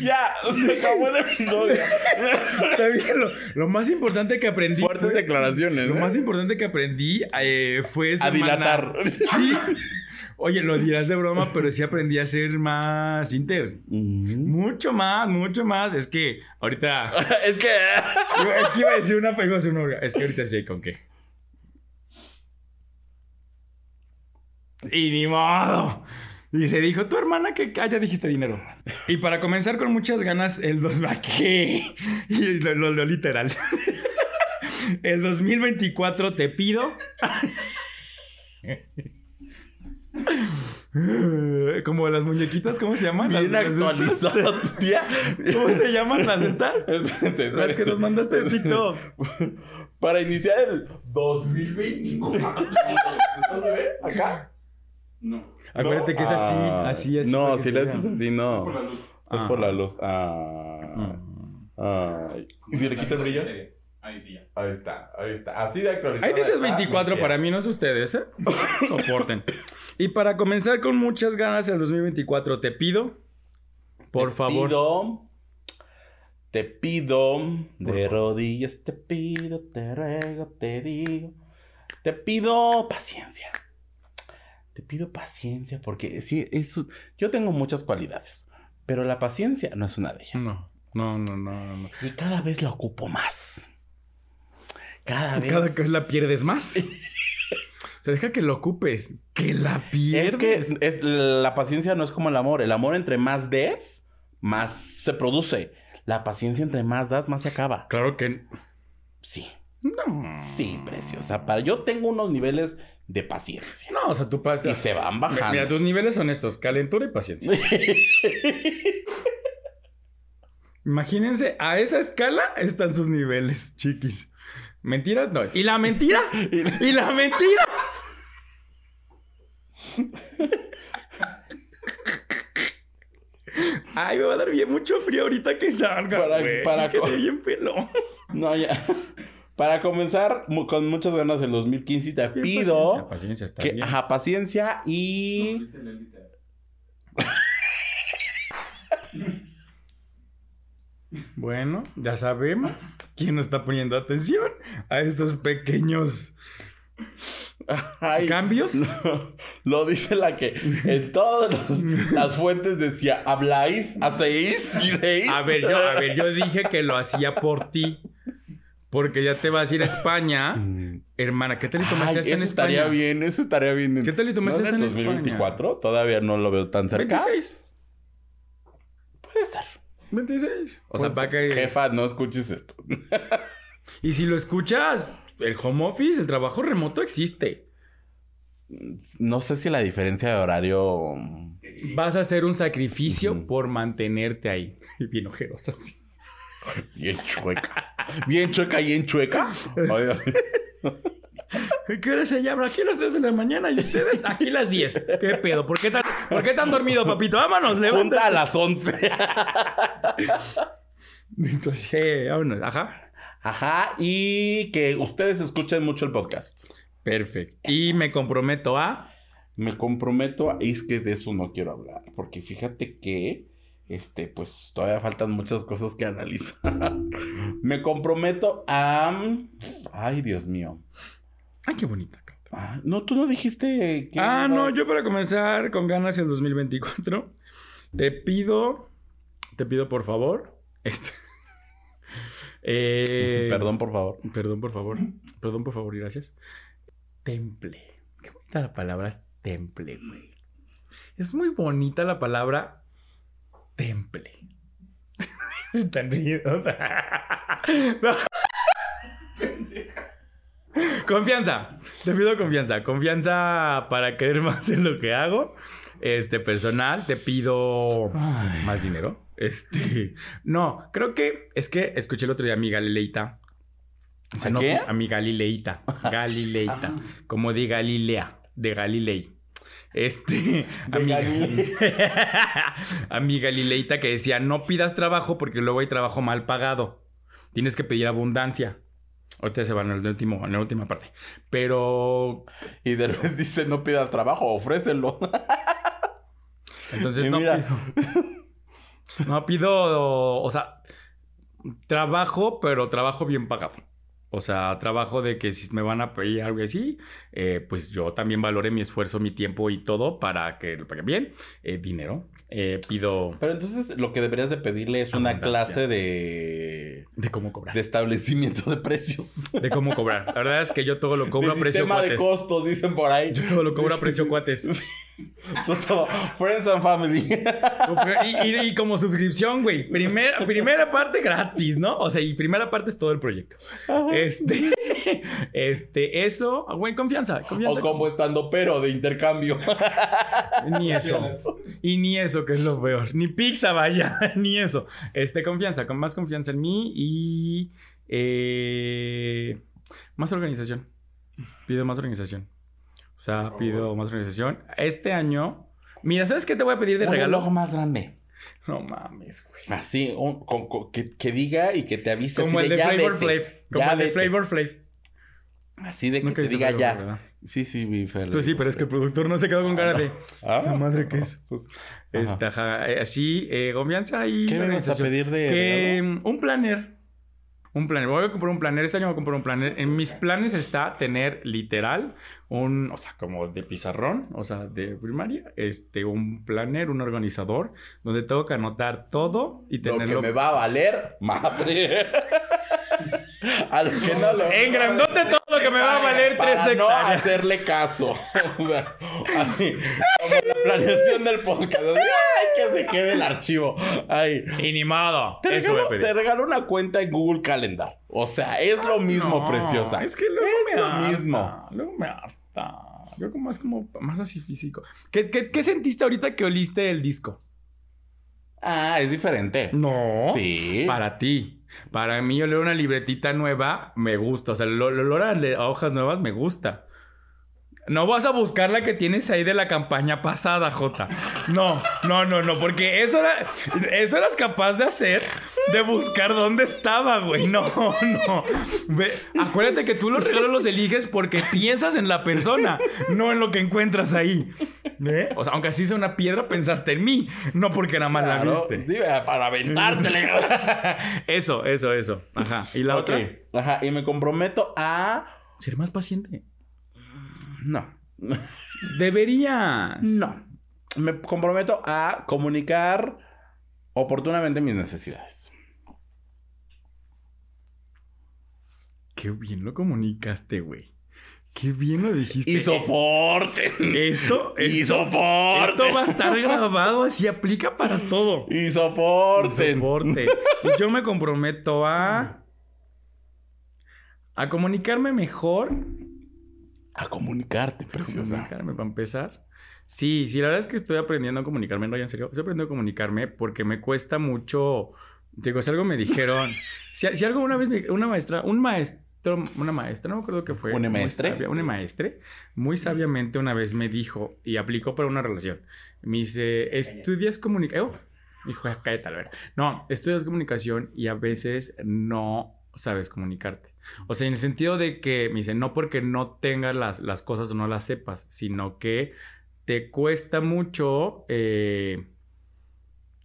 Ya, se acabó el episodio.
También lo, lo más importante que aprendí.
Fuertes
fue-
declaraciones.
Lo
¿eh?
más importante que aprendí eh, fue
A
semana-
dilatar.
Sí. Oye, lo dirás de broma, pero sí aprendí a ser más inter.
Mm.
Mucho más, mucho más. Es que ahorita.
es que.
Es que iba a decir una, pero iba a hacer una orga- Es que ahorita sí hay con qué. Y ni modo. Y se dijo, tu hermana que ah, ya dijiste dinero. Y para comenzar con muchas ganas, el 2 aquí. Y lo, lo- lo literal. El 2024 te pido. Como las muñequitas, ¿cómo se llaman?
Bien
Las- las estas.
actualizado, tía.
¿Cómo se llaman las estas?
Espérense,
Las que
espérense.
nos mandaste de TikTok.
Para iniciar el 2024. ¿No se ve? ¿Acá?
No,
Acuérdate que es así,
Ah,
así, así. para
No,
que
si
se
le
vea.
haces así, no.
por la luz.
Es
Ah.
por la luz. Ah.
Mm.
Ay. ¿Y si le quita el brillo?
Ahí sí ya.
Ahí está, ahí está. Así de actualizado.
Ahí dices 24 para mí, no es ustedes, ¿eh? Soporten. Y para comenzar con muchas ganas el 2024, te pido, por favor.
Pido, te pido, de
favor.
rodillas te pido, te ruego, te digo. Te pido paciencia. Te pido paciencia porque sí, eso. Yo tengo muchas cualidades, pero la paciencia no es una de ellas.
No, no, no, no. no.
Y cada vez la ocupo más. Cada vez.
Cada vez la pierdes más. Se deja que lo ocupes, que la pierdes.
Es que es- es- la paciencia no es como el amor. El amor entre más des, más se produce. La paciencia entre más das, más se acaba.
Claro que
Sí,
no.
sí, preciosa. Para, yo tengo unos niveles de paciencia.
No, o sea, tú
Y
pasas.
se van
Mira,
bajando.
tus niveles son estos: calentura y paciencia. Imagínense, a esa escala están sus niveles, chiquis. Mentiras no. ¿Y la mentira? ¿Y la mentira? Ay, me va a dar bien mucho frío ahorita que salga.
Para-
güey.
para-
Me quedé bien pelón.
No, ya. Para comenzar, mu- con muchas ganas el 2015, te
Paciencia,
pido
paciencia, está
que,
bien.
ajá, paciencia
No,
y
viste la literal.
Bueno, ya sabemos quién no está poniendo atención a estos pequeños
Ay,
cambios.
No, lo dice la que en todas los- las fuentes decía, habláis, hacéis, diréis.
A ver, yo, a ver, yo dije que lo hacía por ti. Porque ya te vas a ir a España.
Mm.
Hermana, ¿qué tal y
Ay,
tomaste
eso
hasta en España?
estaría bien, eso estaría bien.
¿Qué tal y
¿No
tomaste
era
hasta
el
en
2024? Todavía no lo veo tan
España?
cerca.
26.
Puede ser.
26. O sea,
Puede
para
ser.
que.
Jefa, no escuches esto.
Y si lo escuchas, el home office, el trabajo remoto existe.
No sé si la diferencia de horario... mm,
Vas a hacer un sacrificio
Ujú.
por mantenerte ahí. Y bien ojerosa, así.
Bien chueca. Bien chueca, bien chueca. Ay, ay.
¿Qué hora se llama? Aquí las 3 de la mañana y ustedes aquí las 10. ¿Qué pedo? ¿Por qué tan, ¿por qué tan dormido, papito? Vámonos, levanta.
Junta a las 11.
Entonces, eh, vámonos. Ajá.
Ajá, y que ustedes escuchen mucho el podcast.
Perfecto. Y me comprometo a.
Me comprometo a... Es que de eso no quiero hablar, porque fíjate que, este, pues todavía faltan muchas cosas que analizar. Me comprometo a... Ay, Dios mío.
Ay, qué bonita. carta.
Ah, no, tú no dijiste que...
Ah, no,
ibas-
yo para comenzar con ganas el 2024, te pido, te pido por favor, este. eh,
Mm, Perdón, por favor.
Perdón, por favor. Perdón, por favor, y gracias. Temple. Qué bonita la palabra es temple, güey. Es muy bonita la palabra temple. Se están riendo. No. Confianza. Te pido confianza. Confianza para querer más en lo que hago. Este personal, te pido más dinero. Este, no, creo que es que escuché el otro día a mi Galilita Se
¿A
no-
qué? Ah.
a mi Galileita. Galileita. como de Galilea. De Galilei. Este. A
De
mi,
Galilei.
a mi Galileita que decía: no pidas trabajo porque luego hay trabajo mal pagado. Tienes que pedir abundancia. Ahorita se van en, el último, en la última parte. Pero.
Y de vez dice, no pidas trabajo, ofrécelo.
Entonces
Y
no
mira.
pido. No pido. O sea. Trabajo, pero trabajo bien pagado. O sea, trabajo de que si me van a pedir algo así, eh, pues yo también valore mi esfuerzo, mi tiempo y todo para que lo paguen bien. Eh, dinero. Eh, pido
Pero entonces lo que deberías de pedirle es una
Abundancia.
clase de...
de cómo cobrar.
de establecimiento de precios.
De cómo cobrar. La verdad es que yo todo lo cobro a
de
precio
sistema de
cuates.
costos, dicen por ahí.
Yo todo lo cobro a precio cuates.
Tú todo, Friends and family.
Y, y- y como suscripción, güey. Primer- primera parte gratis, ¿no? O sea, y primera parte es todo el proyecto. Este, este, eso, güey, confianza,
o
confianza.
como estando pero de intercambio.
Ni eso. Y ni eso, que es lo peor. Ni pizza, vaya, ni eso. Este, confianza, con más confianza en mí y eh, más organización. Pido más organización. O
Oh,
sea, pido más organización. Este año, mira, ¿sabes qué te voy a pedir de
Un reloj
regalo?
más grande.
No mames, güey.
Así, un- con- con- que, que diga y que te avise.
Como
así
el de
"Ya
Flavor
vete,
Flav. Como
ya
el de
vete".
Flavor Flav.
Así de que
Nunca
te
viste
diga
Flavor
ya.
Flav, ¿verdad?
Sí, sí, mi Fer.
Pues sí, pero es que el productor no se quedó con cara de.
Ah.
¿Esa madre qué es? Este, ajá, eh, así, eh, confianza y.
¿Qué me vas a
organización.
pedir de
Que
regalo?
mm, un planner. Un planner. Voy a comprar un planner. Este año voy a comprar un planner. En mis planes está tener literal un, o sea, como de pizarrón, o sea, de primaria, este, un planner, un organizador, donde tengo que anotar todo y
Lo
tenerlo.
que me va a valer, madre. a lo que no lo...
En grandote todo lo que me va a valer tres
Para Ah, no
hectáreas.
hacerle caso. O sea, así. Como la planeación del podcast. Así, ay, que se quede el archivo. Ay.
Y ni modo.
Te
Eso voy
regalo,
a pedir. Ah,
te regalo una cuenta en Google Calendar. O sea, es lo mismo,
No,
preciosa.
Es que luego
Es
me
lo
harta,
mismo.
Luego me harta. Yo como más como más así físico. ¿Qué, qué, qué sentiste ahorita que oliste el disco?
Ah, es diferente.
No.
Sí.
Para ti. Para mí, oler una libretita nueva me gusta. O sea, el ol- el olor a le- a hojas nuevas me gusta. No vas a buscar la que tienes ahí de la campaña pasada, Jota. No, no, no, no, porque eso era, eso eras capaz de hacer, de buscar dónde estaba, güey. No, no. Ve, acuérdate que tú los regalos los eliges porque piensas en la persona, no en lo que encuentras ahí. ¿Eh? O sea, aunque así sea una piedra, pensaste en mí, no porque nada más la
Claro,
viste.
sí, para aventársele.
Eso, eso, eso. Ajá. ¿Y la
Ok,
otra?
Ajá, y me comprometo a.
Ser más paciente.
No.
Deberías.
No. Me comprometo a comunicar oportunamente mis necesidades.
Qué bien lo comunicaste, güey. Qué bien lo dijiste. E-,
Y soporten.
Este, Esto,
Y
esto,
soporten.
esto va a estar grabado, así aplica para todo.
Y soporten.
Soporte. Y yo me comprometo a. A comunicarme mejor.
A comunicarte, preciosa.
Comunicarme para empezar. Sí, sí, la verdad es que estoy aprendiendo a comunicarme, no, ya en serio. Estoy aprendiendo a comunicarme porque me cuesta mucho. Digo, si algo me dijeron. si, si algo una vez me- una maestra, un maestro, una maestra, no me acuerdo qué fue.
¿Una
muy
maestre?
sabia- Una maestre, muy sabiamente una vez me dijo y aplicó para una relación. Me dice, estudias comunicación. Dijo, "Ah, cállate, Albert". No, estudias comunicación y a veces no sabes comunicarte. O sea, en el sentido de que me dice, no porque no tengas las, las cosas o no las sepas, sino que te cuesta mucho eh,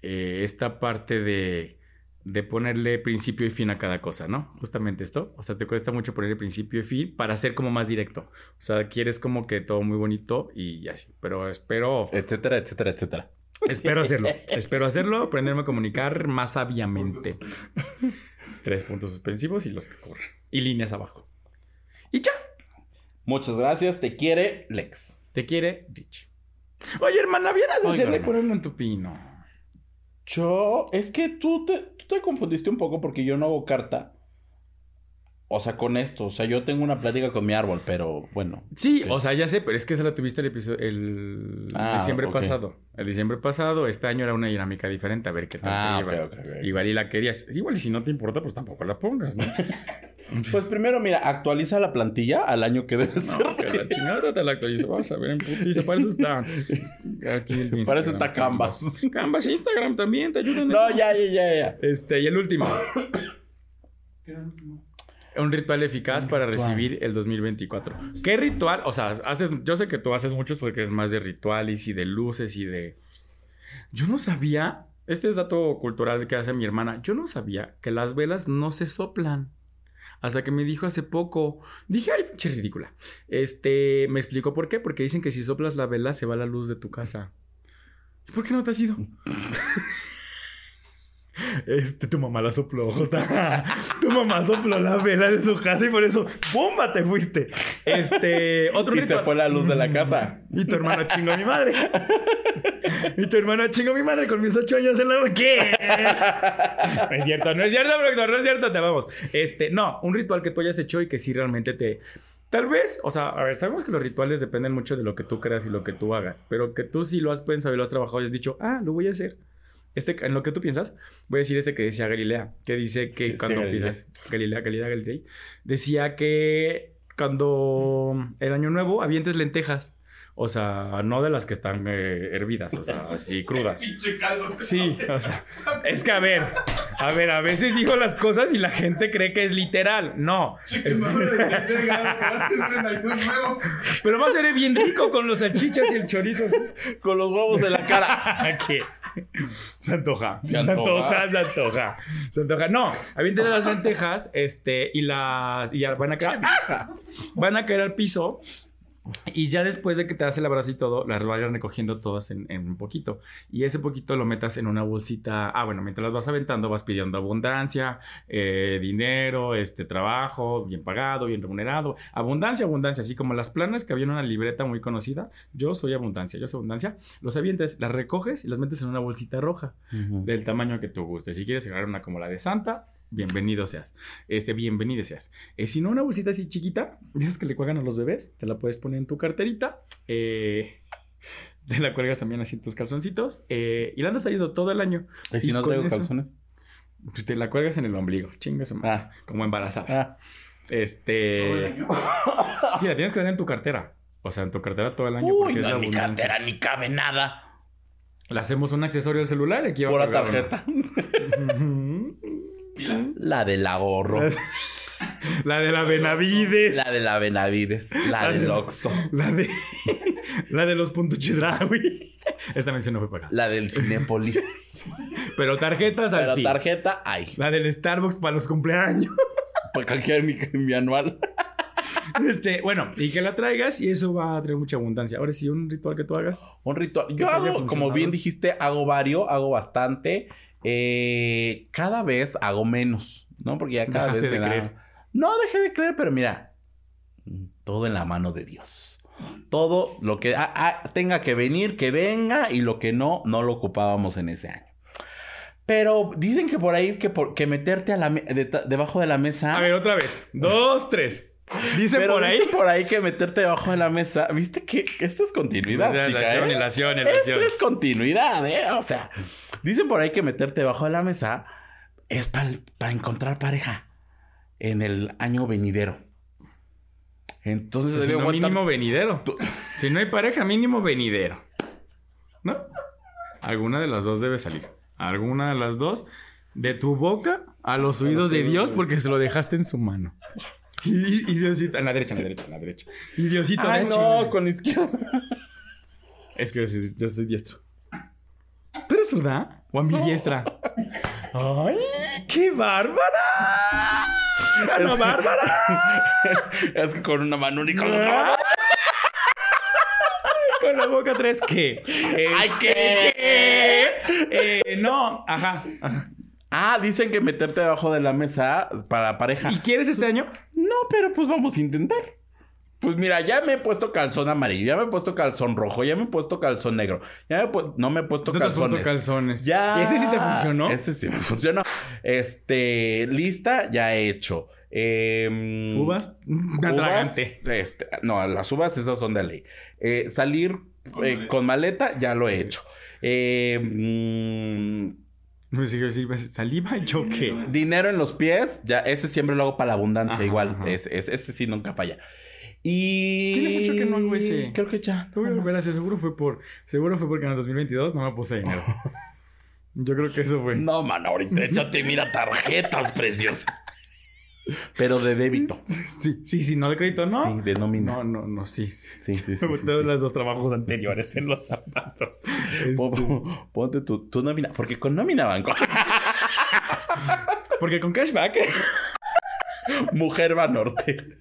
eh, esta parte de, de ponerle principio y fin a cada cosa, ¿no? Justamente esto. O sea, te cuesta mucho ponerle principio y fin para ser como más directo. O sea, quieres como que todo muy bonito y así. Pero espero,
Etcétera, etcétera, etcétera.
espero hacerlo. espero hacerlo, aprenderme a comunicar más sabiamente. Tres puntos suspensivos y los que corran. Y líneas abajo. Y ya.
Muchas gracias. Te quiere Lex.
Te quiere Rich. Oye, hermana, ¿vieras
Oiga,
hacerle
hermana.
ponerlo en tu pino?
Yo, es que tú te, tú te confundiste un poco porque yo no hago carta. O sea, con esto. O sea, yo tengo una plática con mi árbol, pero bueno.
Sí,
Ok.
o sea, ya sé, pero es que esa la tuviste el episodio el
Ah,
diciembre
ok.
pasado. El diciembre pasado, este año era una dinámica diferente, a ver qué tal te
Ah,
iba.
ok, ok, ok.
Igual y la querías. Igual y si no te importa, pues tampoco la pongas, ¿no?
Pues primero, mira, actualiza la plantilla al año que debe ser.
No, que la chingada te la actualizo. Vas a ver en putiza. Para eso está. Aquí el Instagram.
Para eso está Canvas.
Canvas, Instagram también te ayudan. en
No,
eso.
ya, ya, ya, ya.
Este, y el último.
¿Qué era el último?
Un ritual eficaz para
ritual.
recibir el 2024. ¿Qué ritual? O sea, haces, yo sé que tú haces muchos porque es más de rituales y de luces y de... Yo no sabía, este es dato cultural que hace mi hermana, yo no sabía que las velas no se soplan. Hasta que me dijo hace poco, dije, ay, pinche ridícula. Este, me explicó por qué, porque dicen que si soplas la vela se va la luz de tu casa. ¿Y ¿Por qué no te has ido? Este, tu mamá la sopló, Jota. Tu mamá sopló la vela de su casa y por eso, ¡bomba! Te fuiste. Este, otro
Y se
ritual.
fue la luz de la casa.
Y tu hermano chingó a mi madre. Y tu hermano chingó a mi madre con mis ocho años de lado. ¿Qué? No es cierto, no es cierto, doctor, no es cierto, te vamos. Este, no, un ritual que tú hayas hecho y que sí realmente te. Tal vez, o sea, a ver, sabemos que los rituales dependen mucho de lo que tú creas y lo que tú hagas, pero que tú sí lo has pensado y lo has trabajado y has dicho, ah, lo voy a hacer. Este, en lo que tú piensas, voy a decir este que decía Galilea, que dice que
Sí, sí,
cuando
Galilea.
pidas Galilea, Galilea, Galilei, decía que cuando el año nuevo avientes lentejas, o sea, no de las que están eh, hervidas, o sea, así crudas.
Pinche caldo.
Sí, o sea, es que a ver, a ver, a veces digo las cosas y la gente cree que es literal. No,
Chique madre de tercer grado. ¿verdad? Es un alcohol nuevo.
pero va a ser bien rico con los salchichas y el chorizo. así.
Con los huevos en la cara.
¿Qué? Se antoja.
Se
Se
antoja.
antoja, se antoja. Se antoja. No, avienten las lentejas este, y las. Y ya van a caer. Van a caer al piso. Y ya después de que te das el abrazo y todo, las vayan recogiendo todas en, en un poquito. Y ese poquito lo metas en una bolsita. Ah, bueno, mientras las vas aventando, vas pidiendo abundancia, eh, dinero, este trabajo, bien pagado, bien remunerado. Abundancia, abundancia. Así como las planas que había en una libreta muy conocida. Yo soy abundancia, yo soy abundancia. Los avientes, las recoges y las metes en una bolsita roja del tamaño que tú gustes. Si quieres agarrar una como la de Santa, bienvenido seas. Este, bienvenido seas. Eh, si no, una bolsita así chiquita, de esas que le cuelgan a los bebés, te la puedes poner en tu carterita. eh, te la cuelgas también así en tus calzoncitos. eh, y la andas trayendo todo el año.
¿Y si
Y
no
con
traigo
eso-
calzones?
Te la cuelgas en el ombligo, chinga su madre,
Ah,
Como embarazada.
ah.
Todo el
Eh,
Este.
año.
Sí, la tienes que tener en tu cartera. O sea, en tu cartera todo el año.
Uy,
porque es
no,
la
en mi
abundancia.
cartera ni cabe nada.
Le hacemos un accesorio al celular y aquí va a
Pura
colgar una.
tarjeta.
Pila.
La del ahorro.
La de la Benavides.
La de la Benavides. La
La
del
de-
Oxxo.
La de. la de los puntos chedraui. Esta mención no fue pagada.
La del Cinépolis.
Pero tarjetas al
Pero
fin.
tarjeta hay.
La del Starbucks para los cumpleaños.
Para canjear mi, mi anual.
Este, bueno, y que la traigas y eso va a traer mucha abundancia. Ahora sí, un ritual que tú hagas.
Un ritual.
te
Yo
haya
hago, como
funcionado.
bien dijiste, hago varios, hago bastante. Eh, cada vez hago menos, ¿no? Porque ya cada
Dejaste
vez
de
me da-
creer.
No, dejé de creer, pero mira, todo en la mano de Dios. Todo lo que ah, ah, tenga que venir, que venga, y lo que no, no lo ocupábamos en ese año. Pero dicen que por ahí, que, por- que meterte a la me- deta- debajo de la mesa.
A ver, otra vez. Dos, tres. Dice
Ah. pero
por ahí.
dicen por ahí que meterte debajo de la mesa. ¿Viste que que esto es continuidad, chica?
Relación,
¿eh?
relación,
Esto
relación.
es continuidad, ¿eh? O sea, dicen por ahí que meterte debajo de la mesa es para encontrar pareja en el año venidero. Entonces,
Si
debe
no,
aguantar-
Pues mínimo venidero. Si no hay pareja, mínimo venidero. ¿No? Alguna de las dos debe salir. Alguna de las dos. De tu boca a los oídos de Dios porque se lo dejaste en su mano. Y, y Diosito, en la derecha, en la derecha, en la derecha. Y Diosito,
Ay,
no
Ah, no,
chingues.
con la izquierda.
es que yo soy, yo soy diestro. ¿Tú eres zurda? ¿O a mi diestra? ¡Ay, qué bárbara! ¡No,
Es-
bárbara!
Es que con una mano única. ¡Ay,
Con la boca tres, ¿qué? Eh,
qué!
Eh, no, ajá, ajá.
Ah, dicen que meterte debajo de la mesa para pareja.
¿Y quieres este año?
No, pero pues vamos a intentar. Pues mira, ya me he puesto calzón amarillo, ya me he puesto calzón rojo, ya me he puesto calzón negro, ya me he pu- no me he puesto
Tú te has
calzones.
puesto calzones.
Ya.
¿Y ese sí te funcionó?
Ese sí me funcionó. Este, lista, ya he hecho. Eh,
Uvas, me atragante.
este, no, las uvas esas son de ley. Eh, salir eh,
Con maleta.
con maleta, ya lo he hecho. Eh, mm,
Me sigue sirve saliva y yo qué.
Dinero en los pies, ya ese siempre lo hago para la abundancia,
Ajá,
igual.
ajá.
Ese, ese- ese sí nunca falla. Y.
Tiene mucho que no hago ese.
Creo que ya.
Lo voy a
nada
volver a
más.
hacer, seguro fue por. Seguro fue porque en el 2022 no me puse dinero. Yo creo que eso fue.
No, mano, ahorita échate, mira, tarjetas preciosa. Pero de débito.
Sí, sí, sí, no de crédito, no.
Sí, de nómina.
No, no, no, sí. sí.
Sí, sí, sí.
me
sí,
todos
sí.
los dos trabajos anteriores en los zapatos. Este,
Pon- Ponte tu, tu nómina, porque con nómina banco.
porque con cashback,
Mujer va norte.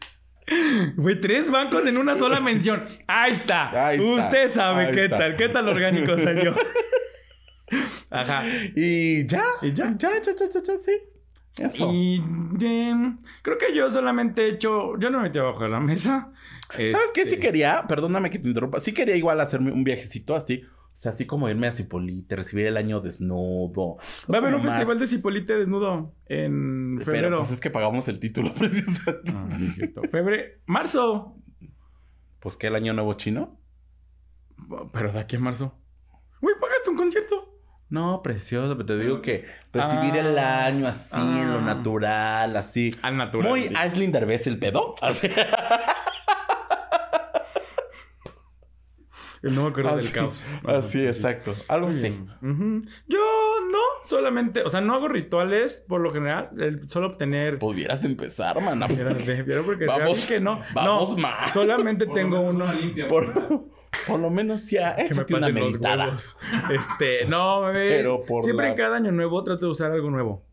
güey, tres bancos en una sola mención. Ahí está.
Ahí está.
Usted sabe
Ahí
qué
está.
tal, qué tal orgánico salió. Ajá.
Y ya.
Y ya.
Ya, ya, ya, ya, ya, sí. Eso.
Y em, creo que yo solamente he hecho. Yo no me metí abajo de la mesa.
¿Sabes qué? Sí
Este,
quería, perdóname que te interrumpa, sí quería igual hacerme un viajecito así. O sea, así como irme a Cipolite, recibir el año desnudo.
Va a haber
Como
un festival
más-
de Cipolite desnudo en
Pero
febrero.
pues es que pagamos el título, preciosa.
Ah, sí es cierto. Febre, marzo.
Pues que el año nuevo chino.
Pero de aquí a marzo. Güey, pagaste un concierto.
No, preciosa, pero te digo que recibir
Ah.
el año así, en lo
Ah.
natural, así.
Al natural.
Muy Aislinn Derbez el pedo. Así.
El nuevo correo del
Así,
caos.
Así, exacto. Algo
Muy
así.
bien. Ujú. Yo no, solamente, o sea, no hago rituales por lo general, el- solo obtener.
Pudieras de empezar, mana.
Era- era porque
Vamos,
vamos, que no.
vamos
no,
mal.
Solamente
Por lo
tengo
menos
uno.
una limpia.
Por, por lo menos ya
que me
échate una
pasen los
meditada.
huevos. Este, no, bebé.
Pero por
Siempre
la-
en cada año nuevo trato de usar algo nuevo.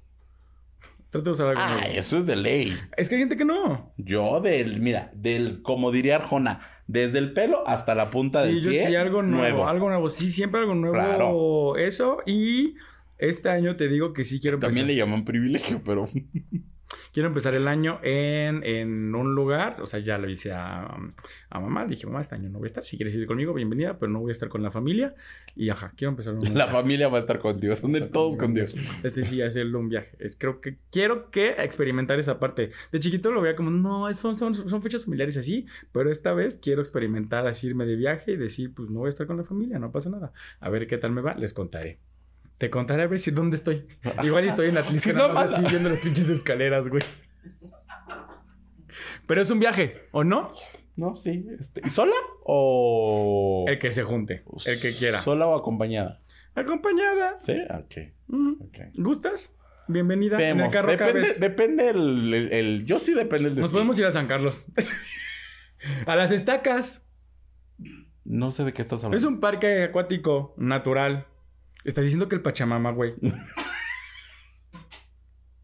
Trato de usar algo
Ah,
nuevo.
eso es de ley.
Es que hay gente que no.
Yo del, mira, del, como diría Arjona, desde el pelo hasta la punta
Sí,
del
yo
pie.
sí, algo nuevo, Algo nuevo. Sí, siempre algo nuevo.
Claro.
Eso. Y este año te digo que sí quiero empezar.
También le llaman privilegio, pero
Quiero empezar el año en, en un lugar. O sea, ya le hice a, a mamá. Le dije, mamá, este año no voy a estar. Si quieres ir conmigo, bienvenida, pero no voy a estar con la familia. Y ajá, quiero empezar un
la familia va a estar contigo. Son de todos con Dios.
Este sí, hacerlo un viaje. Es- Creo que quiero que experimentar esa parte. De chiquito lo veía como, no, es- son, son- son fechas familiares así, pero esta vez quiero experimentar así irme de viaje y decir, pues no voy a estar con la familia, no pasa nada. A ver qué tal me va, les contaré. Te contaré a ver si dónde estoy. Igual y estoy en la
Sí,
Atlisca,
no,
nada más así
mala.
viendo las pinches escaleras, güey. Pero es un viaje, ¿o no?
No, sí. este, ¿Y sola o...?
El que se junte, el que quiera.
¿Sola o acompañada?
Acompañadas.
Sí, ok.
Mm.
ok.
¿Gustas? Bienvenida en el
Vemos.
carro
Depende,
cabes.
depende el, el- el- Yo sí depende
Nos
el destino.
podemos ir a San Carlos. a las estacas.
No sé de qué estás hablando.
Es un parque acuático natural. Estás diciendo que el Pachamama, güey.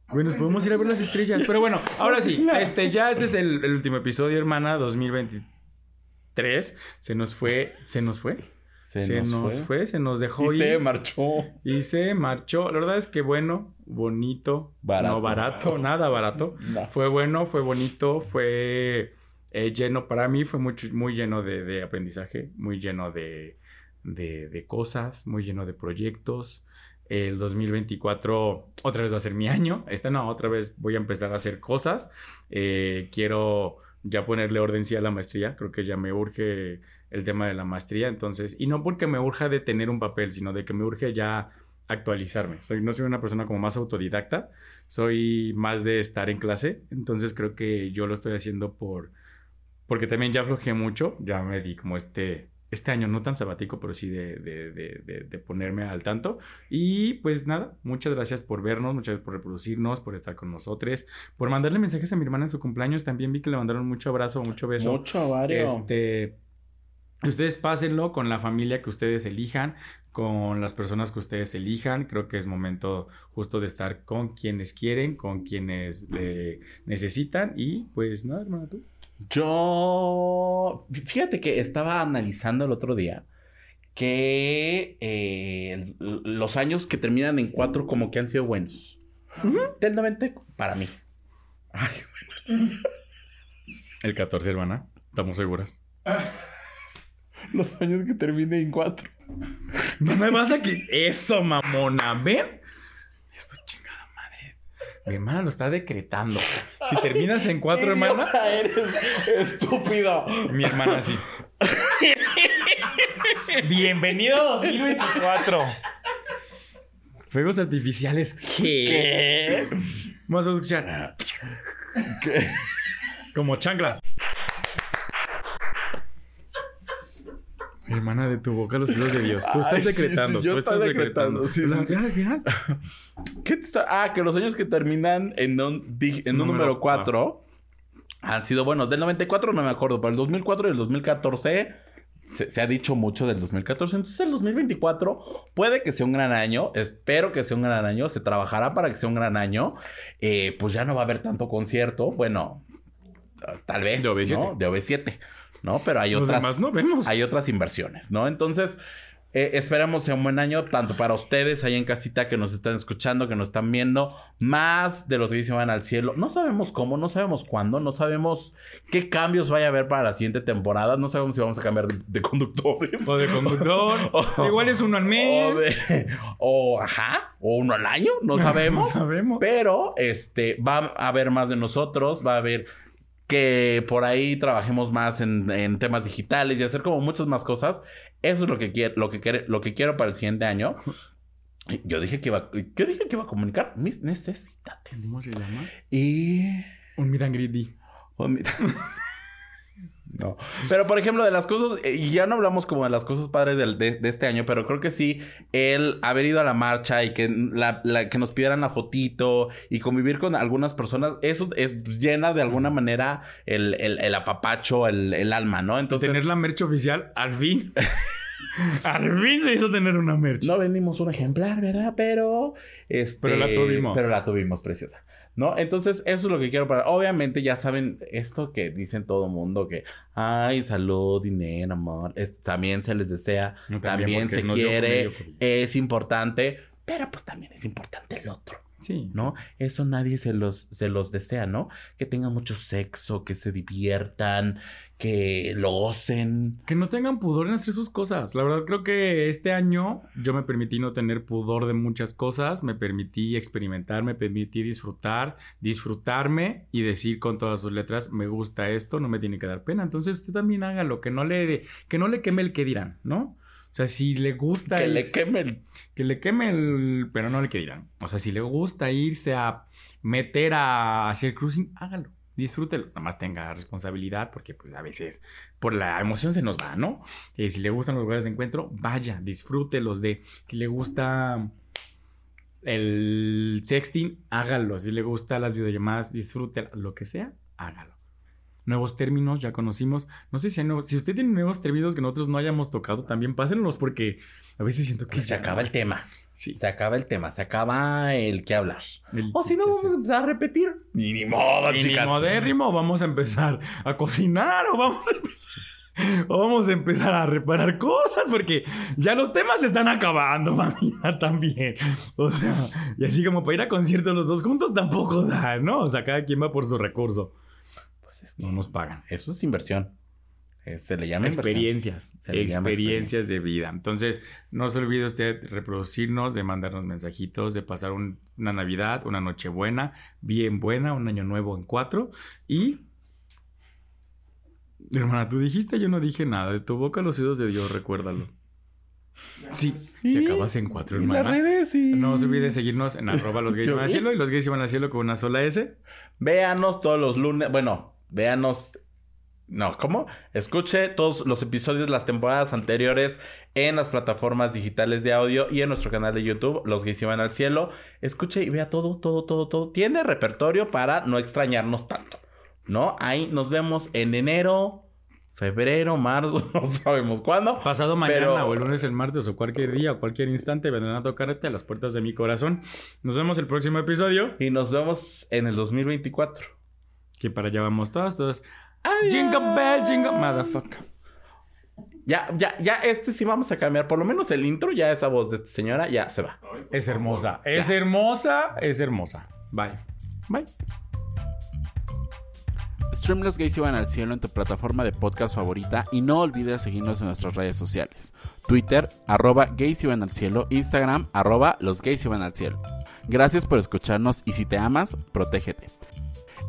Güey, nos podemos ir a ver las estrellas. Pero bueno, ahora sí. Este ya este es el, el último episodio, hermana, 2023. Se nos fue. ¿Se nos fue?
Se, nos, fue.
Se nos dejó
Y
ir.
se marchó.
y se marchó. La verdad es que bueno, bonito.
Barato.
No barato, nada barato.
No.
Fue bueno, fue bonito, fue eh, lleno para mí, fue muy, muy lleno de, de aprendizaje, muy lleno de, de- de cosas, muy lleno de proyectos. El 2024 otra vez va a ser mi año. Esta no, otra vez voy a empezar a hacer cosas. Eh, quiero ya ponerle orden sí a la maestría. Creo que ya me urge el tema de la maestría. Entonces, y no porque me urja de tener un papel, sino de que me urge ya actualizarme. Soy, no soy una persona como más autodidacta soy más de estar en clase, entonces creo que yo lo estoy haciendo por porque también ya flojeé mucho, ya me di como este este año no tan sabático, pero sí de, de- de- de- de ponerme al tanto. Y pues nada, muchas gracias por vernos, muchas gracias por reproducirnos, por estar con nosotros, por mandarle mensajes a mi hermana en su cumpleaños. También vi que le mandaron mucho abrazo, mucho beso.
Mucho, Mario.
Este, ustedes pásenlo con la familia que ustedes elijan, con las personas que ustedes elijan. Creo que es momento justo de estar con quienes quieren, con quienes eh, necesitan. Y pues nada, hermano, tú.
Yo, fíjate que estaba analizando el otro día que eh, el- los años que terminan en cuatro como que han sido buenos. Del 90 para mí.
El 14, hermana. Estamos seguras.
Los años que terminen en cuatro.
No me vas a que. Eso, mamona. ¿Ven? Eso, chingada madre. Mi hermana lo está decretando. Si terminas en cuatro, hermana,
Idiota eres estúpido.
mi hermana sí. Bienvenido a 2024. Fuegos artificiales. ¿Qué?
¿Qué?
Vamos a
Ah.
escuchar. Como chancla. Hermana, de tu boca los hilos de Dios. Tú estás
Ay, sí, sí,
decretando.
yo
tú estás
estaba decretando,
decretando.
sí,
¿La
sí.
quieres al final?
¿Qué te está- Ah, que los años que terminan en un, di- en un
Número
número 4 han sido buenos. Del 94 no me acuerdo, pero el 2004 y el 2014 se, se ha dicho mucho del 2014. Entonces el 2024 puede que sea un gran año. Espero que sea un gran año. Se trabajará para que sea un gran año. Eh, pues ya no va a haber tanto concierto. Bueno, t- tal vez.
De OV7.
¿no? De OV7. ¿No? Pero hay
Los
otras.
demás no vemos.
Hay otras inversiones, ¿no? Entonces, eh, esperamos sea un buen año, tanto para ustedes ahí en casita que nos están escuchando, que nos están viendo, más de los que se van al cielo. No sabemos cómo, no sabemos cuándo, no sabemos qué cambios vaya a haber para la siguiente temporada, no sabemos si vamos a cambiar de, de conductores.
O de conductor. Igual es uno al mes.
O, de- o, ajá, o uno al año, no
No
sabemos.
sabemos.
Pero este va a haber más de nosotros, va a haber que por ahí trabajemos más en, en temas digitales y hacer como muchas más cosas. Eso es lo que quiero, lo que quiere- lo que quiero para el siguiente año. Yo dije que iba, yo dije que iba a comunicar mis necesidades.
¿Cómo se llama?
Y
Un meet and greet D.
Oh, mira. No. Pero, por ejemplo, de las cosas, eh, y ya no hablamos como de las cosas padres del- de, de este año, pero creo que sí, el haber ido a la marcha y que, la, la- que nos pidieran la fotito y convivir con algunas personas, eso es llena de alguna manera el, el- el apapacho, el, el alma, ¿no? Entonces,
Tener la merch oficial, al fin. al fin se hizo tener una merch.
no vendimos un ejemplar, ¿verdad? Pero, este,
Pero la tuvimos.
Pero la tuvimos, preciosa. ¿No? Entonces, eso es lo que quiero para. Obviamente, ya saben esto que dicen todo mundo: que ay, salud, dinero, amor. es- también se les desea,
No, también,
también,
porque
se
nos dio
quiere,
con ello, con
es importante, pero pues también es importante el otro.
Sí.
¿no? Eso nadie se los, se los desea, ¿no? Que tengan mucho sexo, que se diviertan, que lo gocen.
Que no tengan pudor en hacer sus cosas. La verdad creo que este año yo me permití no tener pudor de muchas cosas, me permití experimentar, me permití disfrutar, disfrutarme y decir con todas sus letras, me gusta esto, no me tiene que dar pena. Entonces usted también hágalo, que no le, que no le queme el que dirán, ¿no? O sea, si le gusta...
Que le
es-
queme el
que le queme el... Pero no le que dirán. O sea, si le gusta irse a meter a hacer cruising, hágalo. Disfrútelo. Nada más tenga responsabilidad porque pues a veces por la emoción se nos va, ¿no? Eh, si le gustan los lugares de encuentro, vaya, disfrútelos de... Si le gusta el sexting, hágalo. Si le gusta las videollamadas, disfrútelo. Lo que sea, hágalo. Nuevos términos, ya conocimos. No sé si, hay nuevos- si usted tiene nuevos términos que nosotros no hayamos tocado, también pásenlos porque a veces siento que...
Pues, se acaba el tema.
Sí.
Se acaba el tema, se acaba el que hablar.
El-
O si no,
el-
vamos a empezar a repetir. Ni, ni modo,
Y
chicas.
ni modérrimo, vamos a empezar a cocinar o vamos a empezar, o vamos a, empezar a reparar cosas porque ya los temas se están acabando, mamita, también. O sea, y así como para ir a conciertos los dos juntos tampoco da, ¿no? O sea, cada quien va por su recurso.
Pues es que
No nos pagan.
Eso es inversión. Eh, Se le llama inversión.
Experiencias,
Se le llama
experiencias
experiencias.
de vida. Entonces, no se olvide usted reproducirnos, de mandarnos mensajitos, de pasar un- una Navidad, una Nochebuena, bien buena, un año nuevo en cuatro. Y. Hermana, tú dijiste, yo no dije nada. De tu boca a los oídos de Dios, recuérdalo. Sí,
Y-
si acabas en cuatro,
Y las
hermana.
redes y...
No se olvide seguirnos en arroba los gays
Yo
van al
vi.
cielo y los gays iban al cielo con una sola S.
Véanos todos los lunes. Bueno, véanos. No, ¿cómo? Escuche todos los episodios, las temporadas anteriores en las plataformas digitales de audio y en nuestro canal de YouTube, Los Gays Iban al Cielo. Escuche y vea todo, todo, todo, todo. Tiene repertorio para no extrañarnos tanto, ¿no? Ahí nos vemos en enero, febrero, marzo, no sabemos cuándo.
Pasado mañana
Pero-
o el lunes, el martes o cualquier día o cualquier instante vendrán a tocarte a las puertas de mi corazón. Nos vemos el próximo episodio.
Y nos vemos en el 2024.
Que para allá vamos todos, todos. Jingle bell, jingle motherfucker.
Ya, ya, ya, este sí vamos a cambiar. Por lo menos el intro, ya esa voz de esta señora ya se va.
Es hermosa, es hermosa, es hermosa. Bye. Bye.
Stream Los Gays Iban al Cielo en tu plataforma de podcast favorita y no olvides seguirnos en nuestras redes sociales. Twitter, arroba Gays Iban al Cielo, Instagram, arroba Los Gays Iban al Cielo. Gracias por escucharnos y si te amas, protégete.